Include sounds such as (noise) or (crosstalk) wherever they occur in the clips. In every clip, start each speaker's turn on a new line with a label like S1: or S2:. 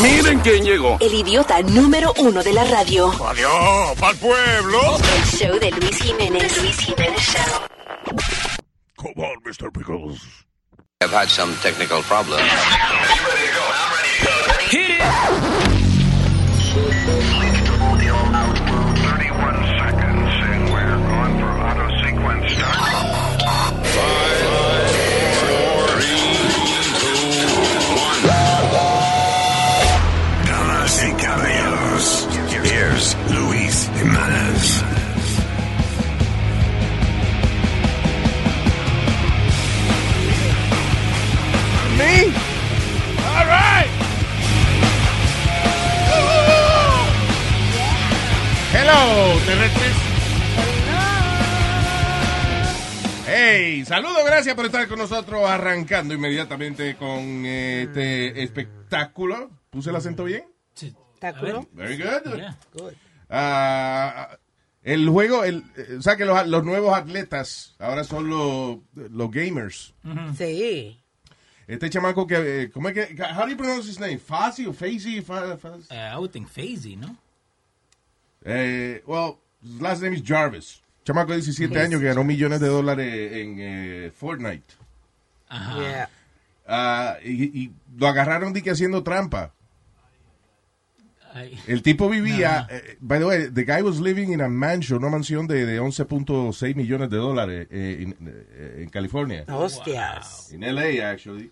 S1: Miren quién llegó.
S2: El idiota número uno de la radio.
S1: Adiós, pa'l pueblo.
S2: El show de Luis Jiménez. Luis Jiménez Show.
S1: Come on, Mr. Pickles.
S3: I've had some technical problems.
S4: Damas y caballeros, here's Luis Jimenez.
S5: Me? All right. Hello, terrestres. Hey, saludo, gracias por estar con nosotros arrancando inmediatamente con eh, este espectáculo. ¿Puse el acento bien?
S6: Espectáculo.
S5: Very good. Ah, el juego, el, eh, o sea que los, los nuevos atletas ahora son los, los gamers.
S7: Mm-hmm.
S6: Sí.
S5: Este chamaco que, eh, ¿cómo es que? How do you pronounce his name? Fasi o Fazi? Fa- Faz-
S7: Uh, I would think Fazy, ¿no?
S5: Eh, well, his last name is Jarvis. Chamaco de 17 años que ganó millones de dólares en eh, Fortnite.
S6: Yeah.
S5: Ah, y, y lo agarraron de que haciendo trampa.
S7: I-
S5: El tipo vivía, eh, by the way, the guy was living in a mansion, una mansión de, de 11.6 millones de dólares eh, in- eh, en California.
S6: Hostias.
S5: En LA, actually.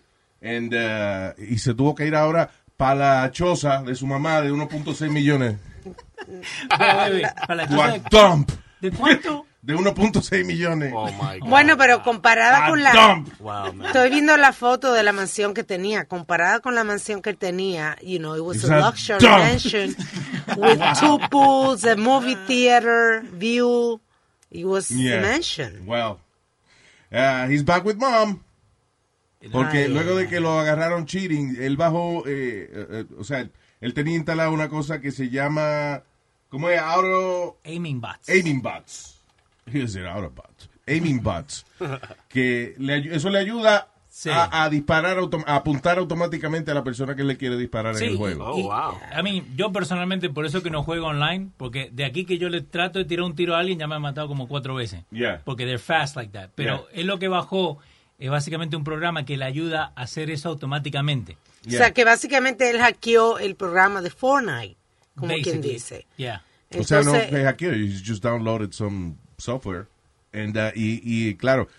S8: (laughs)
S5: And, uh, y se tuvo que ir ahora para la choza de su mamá de 1.6 millones.
S7: Wait, wait, wait. (laughs) Para la cosa
S5: What dump!
S7: de, ¿De cuánto?
S5: (laughs) De 1.6 millones.
S8: Oh my God.
S6: Bueno,
S7: Ah.
S6: pero comparada
S5: A
S6: con la...
S5: dump.
S8: Wow, man.
S6: Estoy viendo la foto de la mansión que tenía. Comparada con la mansión que él tenía, you know, it was
S5: It's
S6: a
S5: a
S6: luxury
S5: dump.
S6: mansion with two pools, a movie theater, view. It was
S5: Yeah.
S6: a mansion.
S5: Well, uh, he's back with mom. Porque
S6: Ay,
S5: luego de que lo agarraron cheating, él bajó, eh, eh, eh, o sea, él tenía instalada una cosa que se llama, ¿cómo es? Auto
S7: Aiming bots.
S5: aiming bots. Iba a decir auto bots. Aiming bots. que le ayu- eso le ayuda
S7: Sí.
S5: a, a disparar, autom- a apuntar automáticamente a la persona que le quiere disparar en el juego.
S7: y-
S8: Oh, wow.
S7: A mí, yo personalmente, por eso que no juego online, porque de aquí que yo le trato de tirar un tiro a alguien, ya me han matado como cuatro veces.
S5: Yeah.
S7: Porque they're fast like that. Pero
S5: Yeah.
S7: es lo que bajó, es básicamente un programa que le ayuda a hacer eso automáticamente.
S6: O sea, que básicamente él hackeó el programa de Fortnite, como quien
S7: basically.
S6: dice.
S7: Yeah.
S5: O sea, no
S6: Entonces-
S5: es hackeo, you just downloaded some software. And, uh, y, y claro,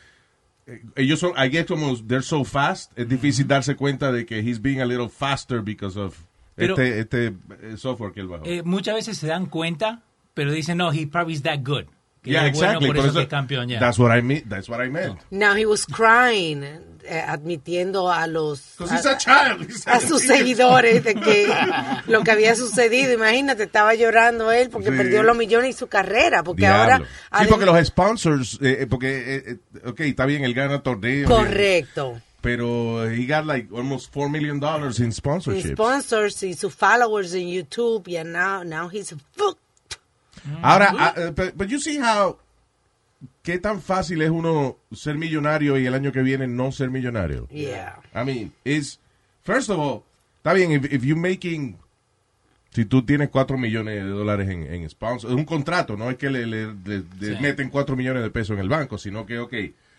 S5: eh, ellos son, I guess como they're so fast, es difícil darse cuenta de que he's being a little faster because of
S7: Pero-
S5: este, este eh, software que él bajó.
S7: Eh, muchas veces se dan cuenta, pero dicen, no, he probably is that good. Que
S5: Yeah,
S7: es bueno,
S5: exactly,
S7: por
S5: por
S7: eso,
S5: eso-
S7: que es campeón. yeah.
S5: That's what I mean. That's what I meant.
S6: Now he was crying, eh, admitiendo a los
S5: Because Pues he's
S6: a,
S5: a child. He's
S6: a sus
S5: 17 years
S6: seguidores de que
S5: (laughs)
S6: lo que había sucedido. Imagínate, estaba llorando él porque
S5: Sí.
S6: perdió los millones y su carrera, porque
S5: Diablo.
S6: ahora
S5: Sí,
S6: adem-
S5: porque los sponsors, eh, eh, porque, eh, eh, ok, está bien, él gana torneo.
S6: correcto.
S5: Pero eh, he got like almost $4 million in
S6: Sus
S5: sponsorships.
S6: sponsors y sus followers en YouTube y now now he's fuck.
S5: Ahora, ah, eh, but, but you see how, qué tan fácil es uno ser millonario y el año que viene no ser millonario.
S6: Yeah.
S5: I mean, is, first of all, está bien, if, if you're making, si tú tienes 4 millones de dólares en, en sponsor, es un contrato, no es que le, le- le- le
S7: Sí.
S5: meten 4 millones de pesos en el banco, sino que, ok,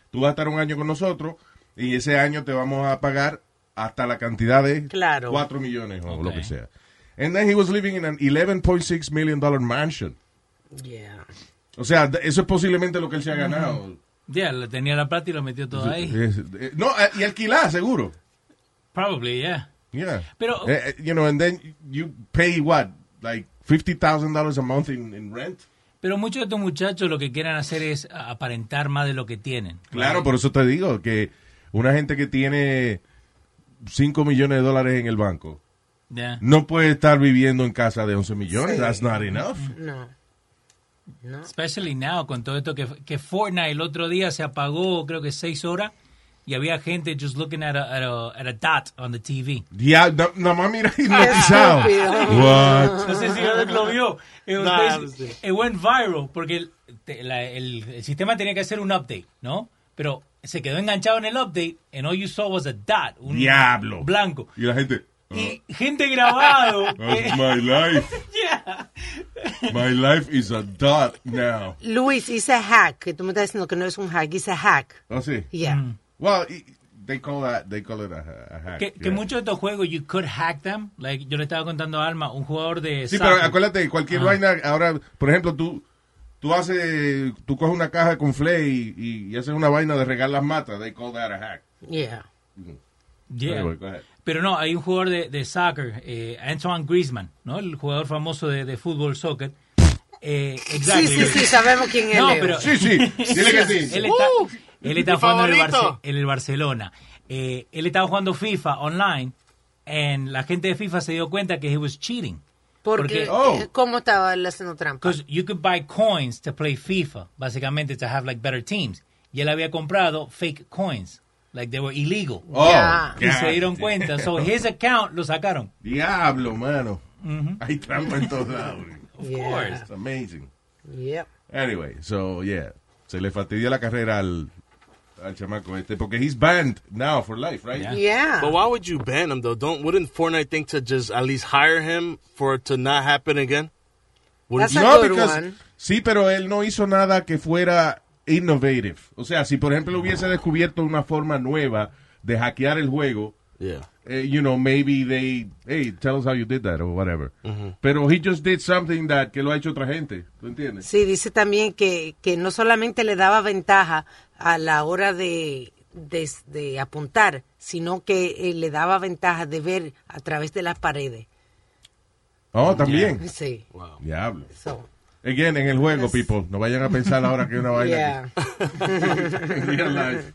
S5: tú vas a estar un año con nosotros y ese año te vamos a pagar hasta la cantidad de
S6: Claro.
S5: 4 millones o lo
S7: Ok.
S5: que sea. And then he was living in an 11.6 million dollar mansion.
S6: Yeah.
S5: O sea, d- eso es posiblemente lo que él se ha ganado.
S7: Yeah, le tenía la plata y lo metió todo ahí.
S5: Es- eh, no, eh, y alquilar, seguro.
S7: Probably, yeah.
S5: Yeah.
S7: Pero-
S5: Eh, eh, you know, and then you pay what? Like $50,000 a month in, in rent.
S7: Pero muchos de estos muchachos lo que quieren hacer es a- aparentar más de lo que tienen.
S5: Claro, por eso te digo que una gente que tiene 5 millones de dólares en el banco
S7: Yeah.
S5: no puede estar viviendo en casa de 11 millones. That's not enough.
S6: No. No.
S7: Especially now, con todo esto que, que Fortnite el otro día se apagó, creo que seis horas, y había gente just looking at a, at a, at a dot on the
S5: (laughs)
S7: TV.
S5: Ya, na- nada más mira hipnotizado.
S6: estúpido.
S5: What?
S7: No sé si Alex lo vio. It, was
S8: No,
S7: basi-
S8: no sé.
S7: it went viral, porque el, te- la- el- el sistema tenía que hacer un update, ¿no? Pero se quedó enganchado en el update, and all you saw was a dot, un
S5: Diablo.
S7: blanco.
S5: Y la gente. "Oh,
S7: Y gente
S5: (laughs)
S7: grabado.
S5: That's my life.
S7: (laughs) Yeah.
S5: My life is a dot now.
S6: Luis, it's a hack. Que tú me estás diciendo que no es un hack, it's a hack.
S5: Oh, sí.
S6: Yeah.
S5: Well, i- they call that, they call it a, ha- a hack.
S7: Mm. Que, que
S5: yeah.
S7: muchos de estos juegos, you could hack them. Like, yo le estaba contando a Alma, un jugador de.
S5: Sí,
S7: soccer.
S5: pero acuérdate,
S7: Ah.
S5: cualquier vaina, ahora, por ejemplo, tú, tú haces, tú coges una caja con flay y, y haces una vaina de regar las matas, they call that a hack.
S6: Yeah.
S7: Yeah.
S5: Anyway, go ahead.
S7: Pero no, hay un jugador de, de soccer, eh, Antoine Griezmann, ¿no? El jugador famoso de, de fútbol, soccer. Eh,
S6: Sí,
S7: exactly.
S6: sí, sí, sabemos quién es.
S7: No,
S6: Leo.
S7: pero-
S5: Sí, sí, dile
S7: (laughs)
S5: que sí.
S7: Él está,
S8: Uh,
S7: él está
S8: mi
S7: jugando en el,
S8: favorito.
S7: Barce- en el Barcelona. Eh, él estaba jugando FIFA online. And la gente de FIFA se dio cuenta que he was cheating.
S6: Porque, eh,
S5: Oh.
S6: ¿cómo estaba él haciendo trampa?
S7: Because you could buy coins to play FIFA, básicamente, to have like better teams. Y él había comprado fake coins. Like they were illegal.
S5: Oh,
S6: Ya.
S7: Y se dieron cuenta. So his account lo sacaron.
S5: Diablo, mano. (laughs)
S7: Mm-hmm.
S5: Hay trampa en todos lados. güey.
S6: Yeah.
S7: course.
S5: It's amazing.
S6: Yep.
S5: Anyway, so yeah, se le fastidia la carrera al, al chamaco este porque he's banned now for life, right?
S7: Yeah.
S6: Yeah.
S8: But why would you ban him though? Don't wouldn't Fortnite think to just at least hire him for it to not happen again?
S6: That's a
S5: No,
S6: good
S5: because,
S6: one.
S5: sí, pero él no hizo nada que fuera innovative. O sea, si por ejemplo hubiese descubierto una forma nueva de hackear el juego,
S8: Yeah.
S5: eh, you know, maybe they, hey, tell us how you did that or whatever.
S6: Mm-hmm.
S5: Pero he just did something that que lo ha hecho otra gente, ¿tú entiendes?
S6: Sí, dice también que, que no solamente le daba ventaja a la hora de, de, de apuntar, sino que eh, le daba ventaja de ver a través de las paredes.
S5: Oh, también.
S6: Sí.
S5: Diablo.
S6: So,
S5: Again, en el juego, people. No vayan a pensar ahora que es una vaina.
S6: (laughs) yeah.
S5: que- (laughs) in real life,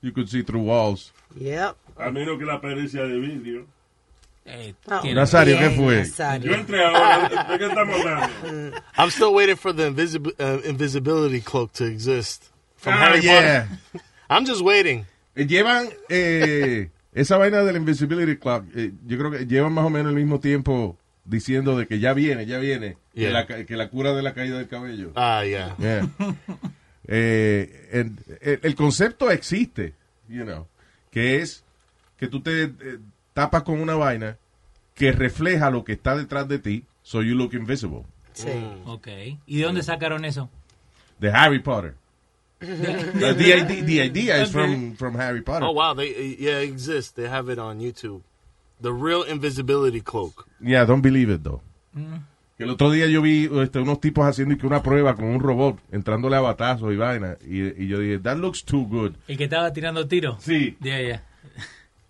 S5: you could see through walls.
S6: Yep.
S9: A menos que la pared sea de vidrio.
S7: Eh,
S6: Oh,
S7: tiene-
S5: Nazario, ¿qué
S6: bien,
S5: fue?
S6: Nazario.
S9: Yo entré ahora. ¿De qué estamos hablando?
S8: I'm still waiting for the invisib- uh, invisibility cloak to exist from
S5: Ah,
S8: Harry
S5: yeah.
S8: Potter. (laughs) I'm just waiting.
S5: Eh, Llevan eh, esa vaina del Invisibility Club. eh, yo creo que llevan más o menos el mismo tiempo diciendo de que ya viene, ya viene.
S8: Yeah.
S5: Que, la, ca- que la cura de la caída del cabello.
S8: Ah, yeah.
S5: Yeah. Eh, en- el, el concepto existe, you know, que es que tú te eh, tapas con una vaina que refleja lo que está detrás de ti, so you look invisible.
S6: (laughs) Sí.
S5: Oh.
S7: Ok. ¿Y de dónde sacaron eso?
S5: De Harry Potter. Uh, the, idea, the idea is from, from Harry Potter.
S8: Oh wow, they yeah it exists. They have it on YouTube. The real invisibility cloak.
S5: Yeah, don't believe it, though. Que el otro día yo vi este, unos tipos haciendo que una prueba con un robot, entrándole a batazos y vaina. Y, y yo dije, that looks too good.
S7: El que estaba tirando tiro.
S5: Sí.
S7: Yeah, yeah.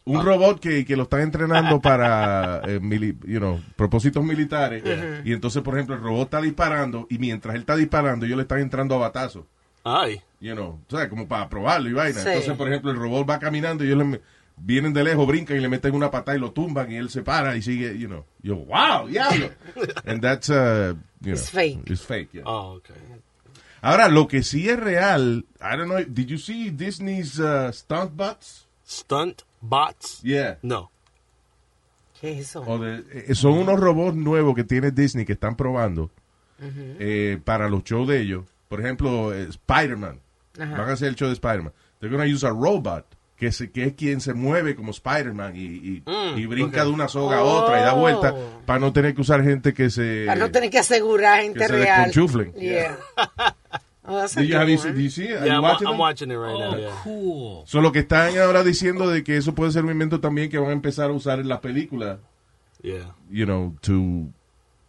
S5: Un robot que, que lo están entrenando para eh, mili- you know, propósitos militares. Y entonces, por ejemplo, el robot está disparando y mientras él está disparando, ellos le están entrando a batazos.
S8: Ay.
S5: You know, o sea, como para probarlo y vaina.
S6: Sí.
S5: Entonces, por ejemplo, el robot va caminando y ellos le me- vienen de lejos, brincan y le meten una patada y lo tumban y él se para y sigue, you know. Yo, (laughs) wow, diablo. And that's, uh, you
S6: It's
S5: know,
S6: fake.
S5: It's fake, yeah.
S8: Oh okay.
S5: Ahora, lo que sí es real, I don't know, did you see Disney's uh, stunt bots?
S8: Stunt bots.
S5: Yeah.
S8: No.
S6: ¿Qué es eso?
S5: O de- eh, son unos robots nuevos que tiene Disney que están probando eh, para los shows de ellos. Por ejemplo, eh, Spider-Man.
S6: Ajá.
S5: Van
S8: (laughs)
S5: a hacer el show de Spider-Man. They're going to use a robot que, se, que es quien se mueve como Spider-Man y, y- y brinca de una soga a otra y da
S6: Mm, Oh.
S5: vuelta para no tener que usar gente que se...
S6: Eh, Para no tener que asegurar gente
S5: que se
S6: real.
S5: desconchuflen.
S6: Yeah. (laughs) Oh, that's a
S5: Do you-
S6: good
S5: have you
S6: one.
S5: seen- do you see it? Are
S8: Yeah,
S5: you
S8: I'm, wa-
S5: watching
S8: I'm
S5: them?
S8: watching it right now.
S7: Oh,
S8: Yeah.
S7: cool.
S5: So, lo que están ahora diciendo de que eso puede ser un invento también que van a empezar a usar en las películas
S8: Yeah.
S5: you know, to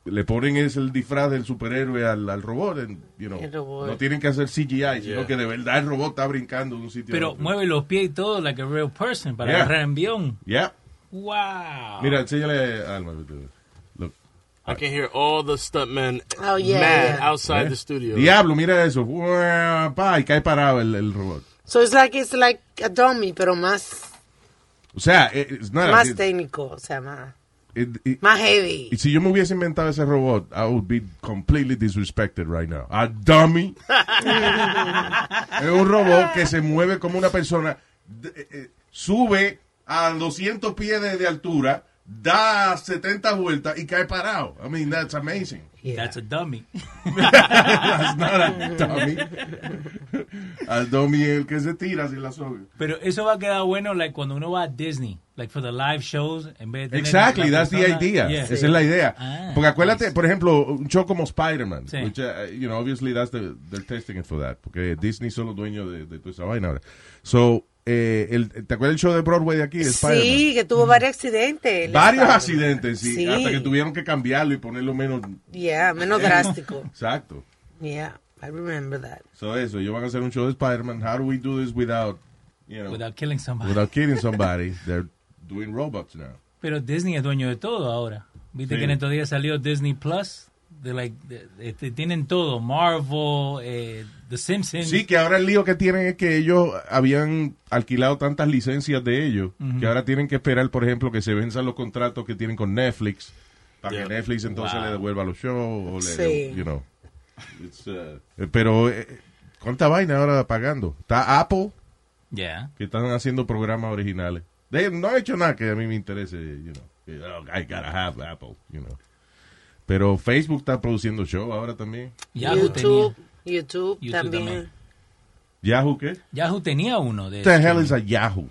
S5: le ponen es el disfraz del superhéroe al, al robot, and, you know,
S6: El robot.
S5: no tienen que hacer CGI, sino
S8: Yeah.
S5: que de verdad el robot está brincando de un sitio. a
S7: Pero
S5: otro.
S7: mueve los pies y todo, like a real person, para
S5: Yeah.
S7: agarrar envión.
S5: Yeah.
S7: Wow.
S5: Mira, enséñale a Alma. Look.
S8: I can hear all the stuntmen
S6: Oh, yeah,
S8: mad
S6: yeah.
S8: outside
S5: Eh.
S8: the studio.
S5: Diablo, mira eso. Uah, Pa, y cae parado el, el robot.
S6: So it's like, it's like a dummy, pero más,
S5: O sea, eh, it's not-
S6: más
S5: it-
S6: técnico, o sea, más,
S5: it- it-
S6: más heavy.
S5: y si yo me hubiese inventado ese robot, I would be completely disrespected right now. A dummy. es un robot que se mueve como una persona, d- eh, eh, sube a 200 pies de, de altura, da 70 vueltas y cae parado. I mean, that's amazing. (laughs)
S6: Yeah.
S7: That's a dummy.
S5: That's not a (laughs)
S7: (laughs)
S5: dummy. a dummy es el que se tira sin la soga.
S7: Pero eso va a quedar bueno like, cuando uno va a Disney like for the live shows. En vez de tener
S5: Exactly,
S7: la
S5: that's the
S7: persona-
S5: idea.
S7: Yeah.
S5: Esa es la idea.
S7: Ah,
S5: Porque acuérdate, por ejemplo, un show como Spider-Man,
S7: Sí.
S5: which, uh, you know, obviously that's the, they're testing it for that, porque Disney solo dueño de, de toda esa vaina ahora. So, eh, el, ¿te acuerdas el show de Broadway de aquí, de Spider-Man? Mm.
S6: Sí, que tuvo varios accidentes. el
S5: Varios
S6: Estado.
S5: accidentes, sí,
S6: Sí.
S5: hasta que tuvieron que cambiarlo y ponerlo menos...
S6: Yeah,
S5: (laughs)
S6: menos drástico.
S5: Exacto.
S6: Yeah, I remember that.
S5: So, eso, ellos van a hacer un show de Spider-Man. How do we do this without, you know, without,
S7: Without killing somebody.
S5: kidding (laughs) somebody? They're doing robots now.
S7: Pero Disney es dueño de todo ahora. Viste
S5: Sí.
S7: que en estos días salió Disney Plus. De like, de- de- de- tienen todo. Marvel, eh, The Simpsons.
S5: Sí, que ahora el lío que tienen es que ellos habían alquilado tantas licencias de ellos que ahora tienen que esperar, por ejemplo, que se venzan los contratos que tienen con Netflix para que Netflix entonces le devuelva los shows o le,
S6: Sí.
S5: eh, you know. It's, uh, eh, pero eh, cuánta vaina ahora pagando. Está Apple
S7: Yeah.
S5: que están haciendo programas originales. They no han hecho nada que a mí me interese, you know. que, oh, I gotta have Apple, you know. Pero Facebook está produciendo show ahora también.
S7: Yahoo
S6: YouTube,
S7: tenía,
S6: YouTube,
S7: YouTube
S6: también.
S7: también.
S5: Yahoo qué?
S7: Yahoo tenía uno de
S5: What the hell is a Yahoo?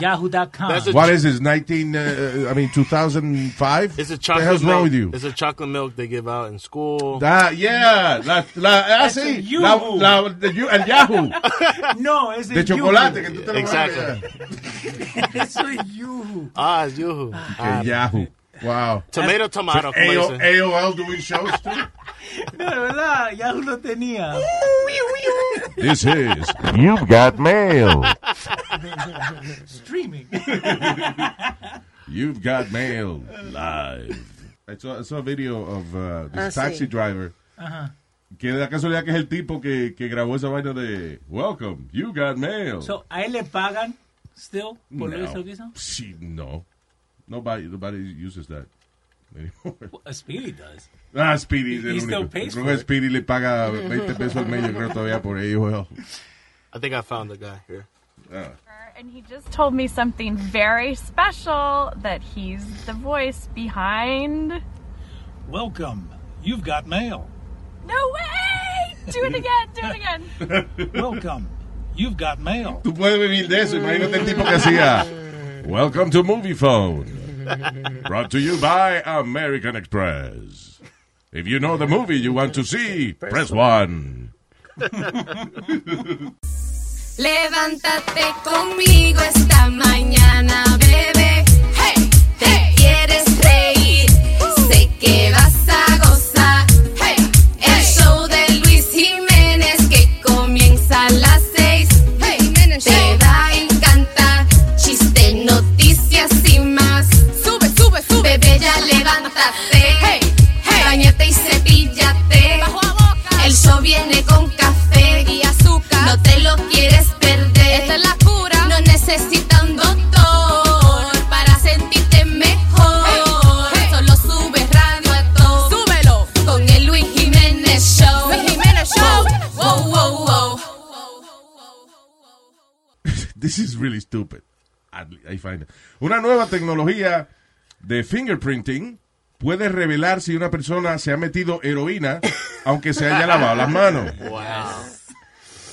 S7: Yahoo.com.
S8: That's a-
S5: What is this? 19, uh, I mean, 2005?
S8: It's a
S5: What
S8: chocolate
S5: the hell's
S8: milk.
S5: wrong with you?
S8: It's a chocolate milk they give out in school. (laughs)
S5: Ah, yeah, la, la, ah, sí,
S7: It's a
S5: la,
S7: Yahoo.
S5: la- the Yu- el Yahoo
S7: no, es
S5: de chocolate que tú te lo
S8: Exactly.
S7: (laughs) Eso es Yahoo.
S8: Ah, it's Yoo-hoo. Ah,
S5: mandas. Que Yahoo. Wow.
S8: tomato, tomato. como
S5: AO,
S8: dicen.
S5: AOL doing shows too.
S7: (laughs) No, de verdad, Yahoo lo tenía.
S5: This is You've Got Mail.
S7: Streaming.
S5: You've Got Mail live. I saw, I saw a video of uh, this
S6: Ah,
S5: taxi
S6: sí.
S5: driver. Que de la casualidad que es el tipo que, que grabó esa vaina de Welcome, you got mail.
S7: So, ¿A él le pagan still por
S5: No.
S7: eso que
S5: (laughs)
S7: hizo?
S5: Sí, no. Nobody, nobody uses that anymore.
S7: Well, Speedy does.
S5: Ah, Speedy es
S7: He
S5: el
S7: still
S5: único.
S7: pays
S5: Creo
S7: for
S5: que
S7: it.
S5: Speedy le
S10: (laughs)
S5: paga 20 pesos al mes, yo creo todavía por AOL.
S8: I think I found the guy here.
S11: And he just told me something very special that he's the voice behind.
S10: Welcome. You've got mail.
S11: No way! Do it again, do it again.
S10: Welcome. You've got mail.
S5: Tú puedes vivir de eso, imagínate el tipo que hacía. Welcome to Movie Phone. Brought to you by American Express. If you know the movie you want to see, press 1.
S11: Levántate conmigo esta mañana, bebé. Hey, te quieres reír. Sé que vas a gozar. Hey, el show de Luis Jiménez que comienza a las seis. Hey, te va a encantar. Chiste, noticias y más. Sube, sube, sube. Bebé, ya levántate. Hey, hey. Bañate y cepíllate. El show viene con café y azúcar. No te lo quieres perder. Esta es la cura. No necesita un doctor para sentirte mejor. Solo sube radio a todo. Súbelo. Con el Luis Jiménez Show. Luis Jiménez Show. Wow, wow, wow.
S5: This is really stupid. At le- I find it. Una nueva tecnología de fingerprinting puede revelar si una persona se ha metido heroína aunque se haya lavado las manos.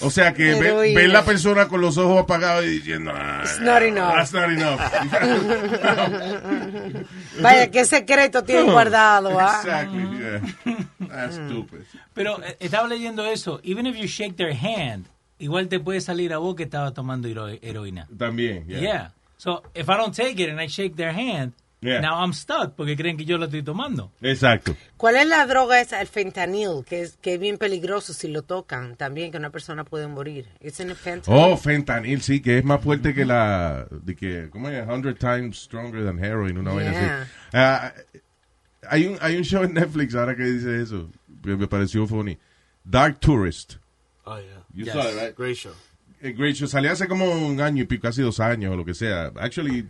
S5: O sea que ve- ve,
S6: Heroína.
S5: la persona con los ojos apagados y diciendo, "Ah,
S6: It's not enough."
S5: That's not enough. (laughs)
S6: (laughs) Vaya, qué secreto tienen guardado, ¿ah?
S5: Exactly. yeah. That's stupid.
S7: Pero eh, estaba leyendo eso. Even if you shake their hand, igual te puede salir a vos que estaba tomando hero- heroína.
S5: También. Yeah.
S7: Yeah. So, if I don't take it and I shake their hand,
S5: Yeah.
S7: now I'm stuck porque creen que yo lo estoy tomando.
S5: Exacto.
S6: ¿Cuál es la droga esa? El fentanil, que es, que es bien peligroso si lo tocan. También que una persona puede morir. Es en el fentanil.
S5: Oh, fentanil, sí, que es más fuerte que la. De que, ¿Cómo es? 100 times stronger than heroin, una vaina
S6: Yeah.
S5: así. Ah, hay, un, hay un show en Netflix ahora que dice eso. que me pareció funny. Dark Tourist.
S8: Oh, yeah.
S5: You
S7: Yes.
S5: saw it, right?
S8: Great show.
S5: Eh, Great show. Salió hace como un año y pico, casi dos años o lo que sea. Actually,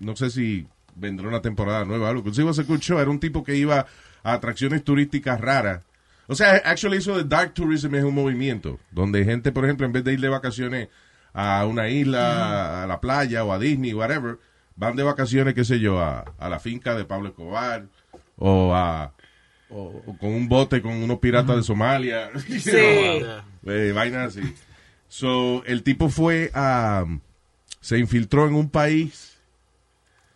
S5: no sé si vendrá una temporada nueva o algo. Sí, was a good show. Era un tipo que iba a atracciones turísticas raras. O sea, actually eso de dark tourism es un movimiento donde gente, por ejemplo, en vez de ir de vacaciones a una isla, a la playa o a Disney, whatever, van de vacaciones, qué sé yo, a, a la finca de Pablo Escobar o a... o- o con un bote con unos piratas de Somalia.
S6: Sí.
S5: (laughs) Eh, vainas así. So, el tipo fue a. Se infiltró en un país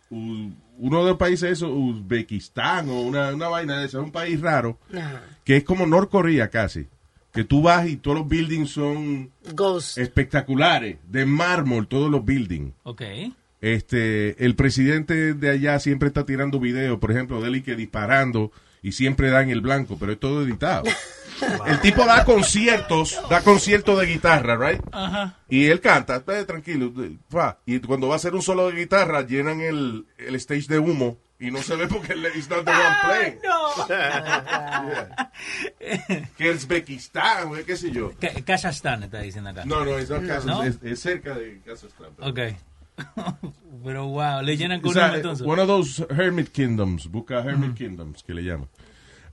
S5: U- uno de los países esos, Uzbekistán o una, una vaina de esa, es un país raro,
S6: Ajá.
S5: que es como Norcorea casi. Que tú vas y todos los buildings son
S6: Ghost.
S5: espectaculares, de mármol, todos los buildings.
S7: Ok.
S5: Este, el presidente de allá siempre está tirando videos, por ejemplo, de él y que disparando y siempre dan el blanco, pero es todo editado. El tipo da conciertos, da conciertos de guitarra, right?
S7: Ajá.
S5: Y él canta, "Eh, tranquilo, eh, fa". y cuando va a hacer un solo de guitarra llenan el, el stage de humo y no se ve porque le it's not the one
S7: Ah,
S5: play. Yeah. Que es Uzbekistán, güey, qué sé yo.
S7: Ca- Kazajstán está diciendo acá.
S5: No, no, it's not Kazajstán,
S7: ¿No?
S5: es, es cerca de Kazajstán. pero-
S7: Ok. (laughs) Pero wow, le llenan con
S5: O sea,
S7: humo entonces.
S5: One of those Hermit Kingdoms, busca Hermit Kingdoms, que le llaman.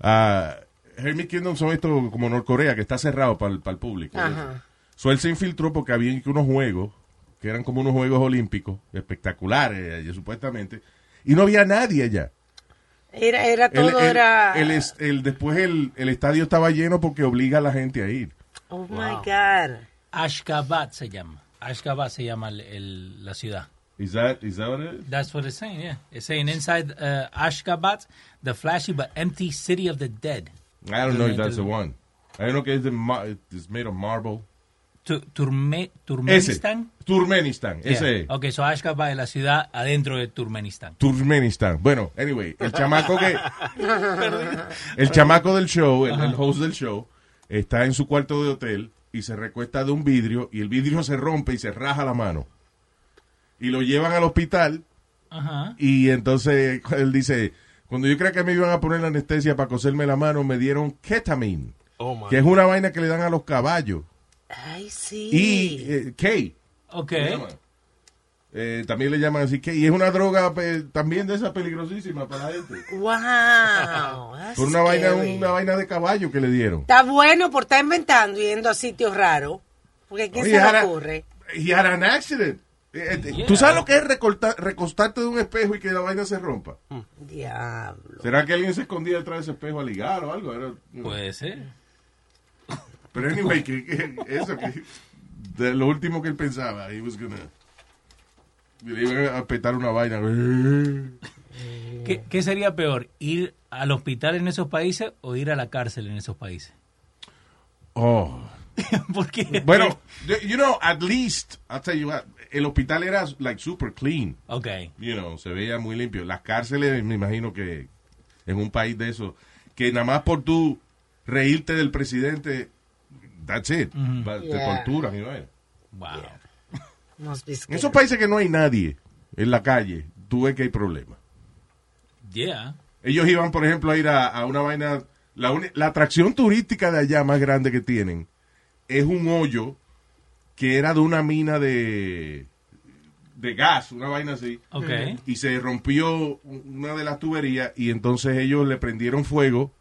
S5: Ah, Hermit Kingdoms son estos como Norcorea, que está cerrado para el, público.
S6: Ajá.
S5: So, él se infiltró porque había que unos juegos, que eran como unos juegos olímpicos, espectaculares, allí, supuestamente, y no había nadie allá.
S6: Era, era todo,
S5: El- el-
S6: era...
S5: el es- el- después el, el estadio estaba lleno porque obliga a la gente a ir.
S6: oh, my God.
S7: Ashgabat se llama. Ashgabat se llama el, el- la ciudad.
S5: Is that, is that what it is?
S7: That's what it's saying, yeah. It's saying inside uh, Ashgabat, the flashy but empty city of the dead.
S5: I don't know if that's the one. Hay uno que es de ma- it's made of marble.
S7: Tu- Turme,
S5: Ese.
S7: Turkmenistán.
S5: Turmenistan. Ese.
S7: Yeah. Ok, so Ashgabat es la ciudad adentro de Turkmenistán.
S5: Turkmenistán. Bueno, anyway, el chamaco que el chamaco del show, el, el host del show, está en su cuarto de hotel y se recuesta de un vidrio y el vidrio se rompe y se raja la mano. Y lo llevan al hospital
S7: Ajá.
S5: y entonces él dice, cuando yo creía que me iban a poner la anestesia para coserme la mano, me dieron ketamine,
S8: Oh my.
S5: que es una vaina que le dan a los caballos.
S6: Ay, sí.
S5: Y eh, K,
S7: Ok.
S5: se llama. Eh, también le llaman así que y es una droga eh, también de esa peligrosísima para la gente.
S6: Wow. that's
S5: Por una vaina,
S6: scary.
S5: una vaina de caballo que le dieron.
S6: Está bueno por estar inventando y yendo a sitios raros. Porque ¿qué
S5: Oye,
S6: se le
S5: ahora-
S6: ocurre?
S5: He had an accident. Eh, eh, ¿Tú sabes lo que es recorta- recostarte de un espejo y que la vaina se rompa?
S6: Hmm. Diablo.
S5: ¿Será que alguien se escondía detrás de ese espejo a ligar o algo? Era-
S7: (laughs) Puede ser.
S5: pero anyway, que, que- eso que, de lo último que él pensaba, he was gonna- le iban a petar una vaina.
S7: ¿Qué, qué sería peor, ir al hospital en esos países o ir a la cárcel en esos países?
S5: Oh.
S7: Porque
S5: (laughs) Bueno, you know, at least, I'll tell you what, el hospital era like super clean.
S7: Ok.
S5: you know, se veía muy limpio. Las cárceles, me imagino que en un país de eso, que nada más por tú reírte del presidente, that's it, Va- te
S6: Yeah.
S5: torturan. y vaina.
S7: Wow.
S6: Must be
S5: En
S6: scary.
S5: esos países que no hay nadie en la calle, tú ves que hay problemas.
S7: Yeah.
S5: Ellos iban, por ejemplo, a ir a, a una vaina, la, uni- la atracción turística de allá más grande que tienen es un hoyo que era de una mina de, de gas, una vaina así.
S7: Ok.
S5: y se rompió una de las tuberías y entonces ellos le prendieron fuego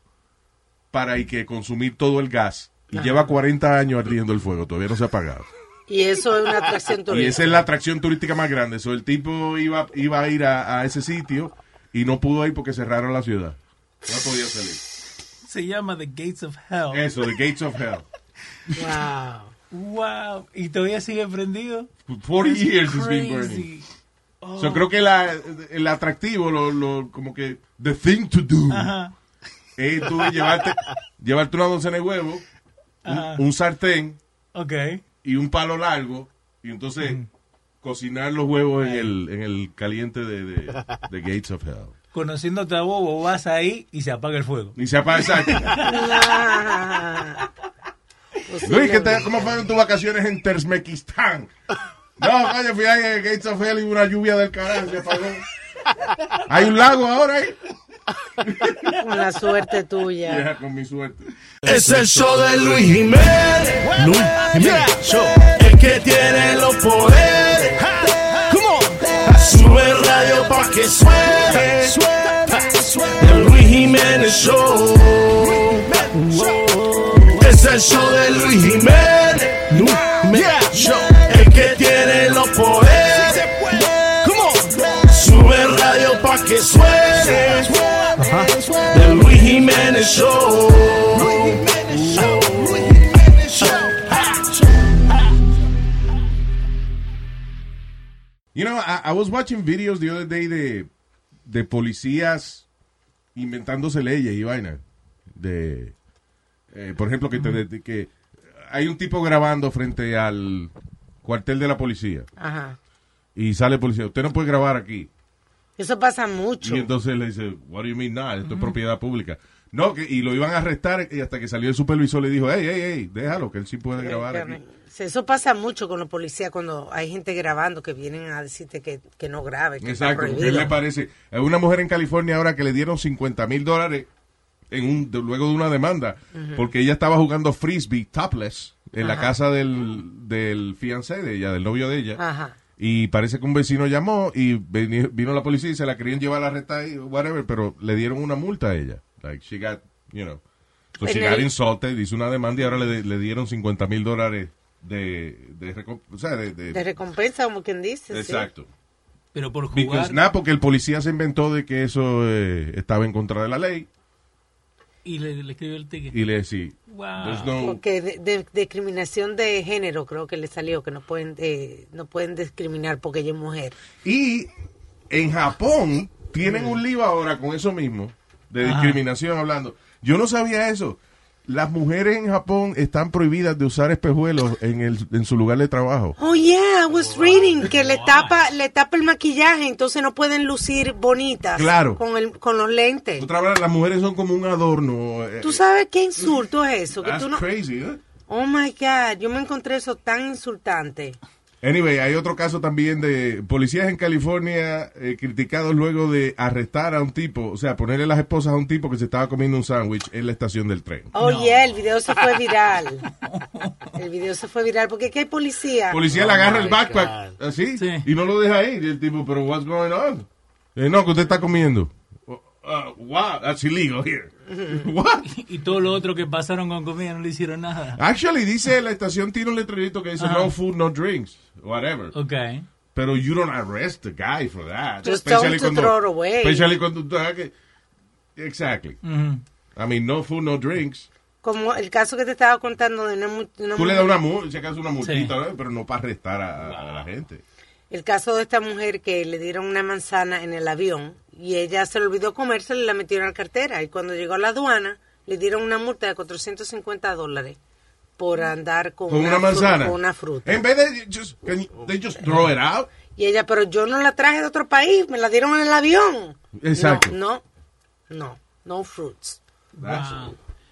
S5: para y que consumir todo el gas. Y lleva 40 años ardiendo el fuego, todavía no se ha apagado.
S6: Y eso es una atracción
S5: (laughs) Y
S6: turística.
S5: esa es la atracción turística más grande. So, el tipo iba, iba a ir a, a ese sitio y no pudo ir porque cerraron la ciudad. No podía salir.
S7: Se llama The Gates of Hell.
S5: Eso, The Gates of Hell.
S6: Wow.
S7: (laughs) Wow. ¿Y todavía sigue prendido?
S5: 40 years it's been burning.
S7: Crazy. Oh.
S5: So, creo que la- el atractivo, lo, lo- como que the thing to do
S7: Ajá.
S5: es tú
S7: (laughs)
S5: llevarte, llevarte una docena de huevos, un, un sartén
S7: Ok.
S5: y un palo largo, y entonces cocinar los huevos en el, en el caliente de, de- de Gates of Hell.
S7: Conociéndote a vos, vos vas ahí y se apaga el fuego.
S5: Y se apaga exacto.
S6: Ah. Pues
S5: Luis, ¿qué te- ¿cómo fueron tus vacaciones en Terzmequistán? No, coño, fui ahí en el Gates of Hell y una lluvia del carajo se apagó. Hay un lago ahora ¿eh? ahí.
S6: Con la suerte tuya.
S5: Vieja, con mi suerte.
S4: (laughs) Es el show de Luis Jiménez. Luis Jiménez Show. El que tiene los poderes. Sube el radio pa' que suene. El Luis Jiménez Show. Es el show de Luis Jiménez. Luis Jiménez Show. El que tiene los poderes. Sube el radio pa' que suene. El Luis Jiménez Show.
S5: You know, I, I was watching videos the other day de de policías inventándose leyes y vaina. De, eh, por ejemplo, que, te- de- que hay un tipo grabando frente al cuartel de la policía
S6: Ajá.
S5: y sale el policía. Usted no puede grabar aquí.
S6: Eso pasa mucho.
S5: Y entonces le dice, what do you mean not? Esto es propiedad pública. No, que, y lo iban a arrestar y hasta que salió el supervisor le dijo, hey, hey, hey, déjalo, que él sí puede grabar aquí.
S6: Sí, Eso pasa mucho con los policías cuando hay gente grabando que vienen a decirte que, que no grabe. Que está
S5: Exacto, porque
S6: prohibido.
S5: él le parece. Hay una mujer en California ahora que le dieron 50 mil dólares en un, de- luego de una demanda
S12: Ujú.
S5: porque ella estaba jugando frisbee topless en la
S12: Ajá.
S5: casa del, del fiancé de ella, del novio de ella.
S12: Ajá.
S5: Y parece que un vecino llamó y veni- vino la policía y se la querían llevar a la reta y whatever, pero le dieron una multa a ella. Like, she got, you know. So she
S12: En
S5: got
S12: el-
S5: insulted, hizo una demanda y ahora le, le dieron 50 mil dólares de, de, recom- o sea, de- de-
S6: De recompensa, como quien dice. sí.
S5: Exacto.
S7: Pero por
S5: Because,
S7: jugar.
S5: nah, porque el policía se inventó de que eso eh, estaba en contra de la ley
S7: Y le, le escribió el ticket.
S5: y le decía,
S7: Wow.
S5: there's no-
S6: Porque de, de- discriminación de género creo que le salió, que no pueden eh, no pueden discriminar porque ella es mujer.
S5: Y en Japón tienen un libro ahora con eso mismo, de
S6: Ajá.
S5: discriminación hablando. Yo no sabía eso. Las mujeres en Japón están prohibidas de usar espejuelos en, el, en su lugar de trabajo.
S6: Oh yeah, I was reading que le tapa le tapa el maquillaje, entonces no pueden lucir bonitas
S5: Claro.
S6: con el con los lentes.
S5: Otra palabra, las mujeres son como un adorno. eh,
S6: ¿Tú sabes qué insulto es eso? Que
S5: That's
S6: tú no-
S5: crazy, ¿eh?
S6: Oh my God, yo me encontré eso tan insultante.
S5: Anyway, hay otro caso también de policías en California eh, criticados luego de arrestar a un tipo, o sea, ponerle las esposas a un tipo que se estaba comiendo un sándwich en la estación del tren.
S6: Oh yeah, el video se fue viral.
S5: (laughs)
S6: El video se fue viral porque ¿qué hay policía?
S5: El policía
S6: Oh,
S5: le agarra el backpack así y no lo deja ir. Y el tipo, pero what's going on? Eh, no, que usted está comiendo. Uh, wow, that's illegal here. (laughs) What?
S7: Y todo lo otro que pasaron con comida no le hicieron nada.
S5: Actually, dice la estación tiene un letrerito que dice
S7: Ajá.
S5: no food, no drinks, whatever.
S7: Okay.
S5: Pero you don't arrest the guy for that.
S6: Just tell him
S5: Especially
S6: to throw it away.
S5: Especially cuando tú hagas que- Exactly. I mean, no food, no drinks.
S6: Como el caso que te estaba contando de una, mu- una
S5: Tú le
S6: mujer-
S5: das una multa, si acaso una multita, ¿no? pero no para arrestar a, a la gente.
S6: El caso de esta mujer que le dieron una manzana en el avión y ella se le olvidó comérsela y la metieron a la cartera. Y cuando llegó a la aduana, le dieron una multa de 450 dólares por andar con,
S5: Con una
S6: fru-
S5: manzana.
S6: con una fruta.
S5: En vez de just, can you- they just throw it out.
S6: Y ella, pero yo no la traje de otro país, me la dieron en el avión.
S5: Exacto.
S6: No, no, no, no fruits.
S5: That's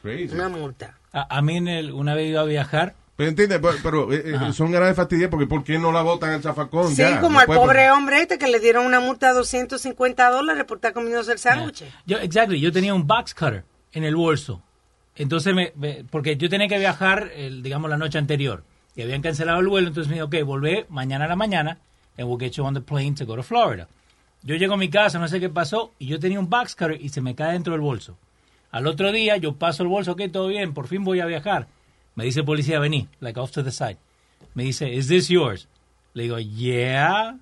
S5: crazy.
S6: Una multa.
S7: A, a mí en el- una vez iba a viajar.
S5: Pero entiende, pero, pero, eh, eh, son ganas de fastidiar porque ¿por qué no la botan al zafacón?
S6: Sí,
S5: Oh, ya?
S6: como
S5: No
S6: al
S5: puede-
S6: pobre hombre este que le dieron una multa de 250 dólares por estar comiéndose el sándwich.
S7: Yo, exactly, yo tenía un box cutter en el bolso. Entonces, me, me- porque yo tenía que viajar, el, digamos, la noche anterior. Y habían cancelado el vuelo, entonces me dijo, ok, volvé mañana a la mañana and we'll get you on the plane to go to Florida. Yo llego a mi casa, no sé qué pasó, y yo tenía un box cutter y se me cae dentro del bolso. Al otro día yo paso el bolso, ok, todo bien, por fin voy a viajar. Me dice el policía, vení, like off to the side. Me dice, is this yours? Le digo, yeah.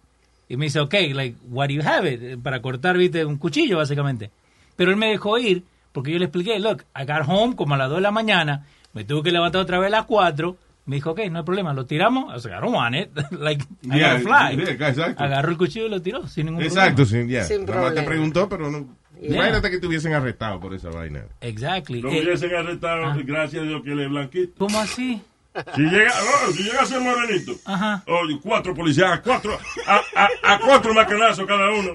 S7: Y me dice, ok, like, what do you have it? Para cortar, viste, un cuchillo, básicamente. Pero él me dejó ir porque yo le expliqué, look, I got home como a las 2 de la mañana, me tuve que levantar otra vez a las 4. Me dijo, ok, no hay problema, lo tiramos. I was like, I don't want it. (laughs) like, I
S5: Yeah,
S7: gotta fly.
S5: yeah, exacto.
S7: Agarró el cuchillo y lo tiró sin ningún
S5: Exacto, sí,
S7: problema.
S5: ya. Nada más te preguntó, pero no.
S7: Yeah.
S5: Imagínate que te hubiesen arrestado por esa vaina.
S7: Exactly.
S9: Lo
S7: Eh,
S9: hubiesen arrestado, gracias a Dios que él es blanquito.
S7: ¿Cómo así?
S9: Si llega, no, si llega a ser morenito.
S7: Ajá.
S9: Oye, cuatro policías, cuatro, a, a, a cuatro macanazos cada uno.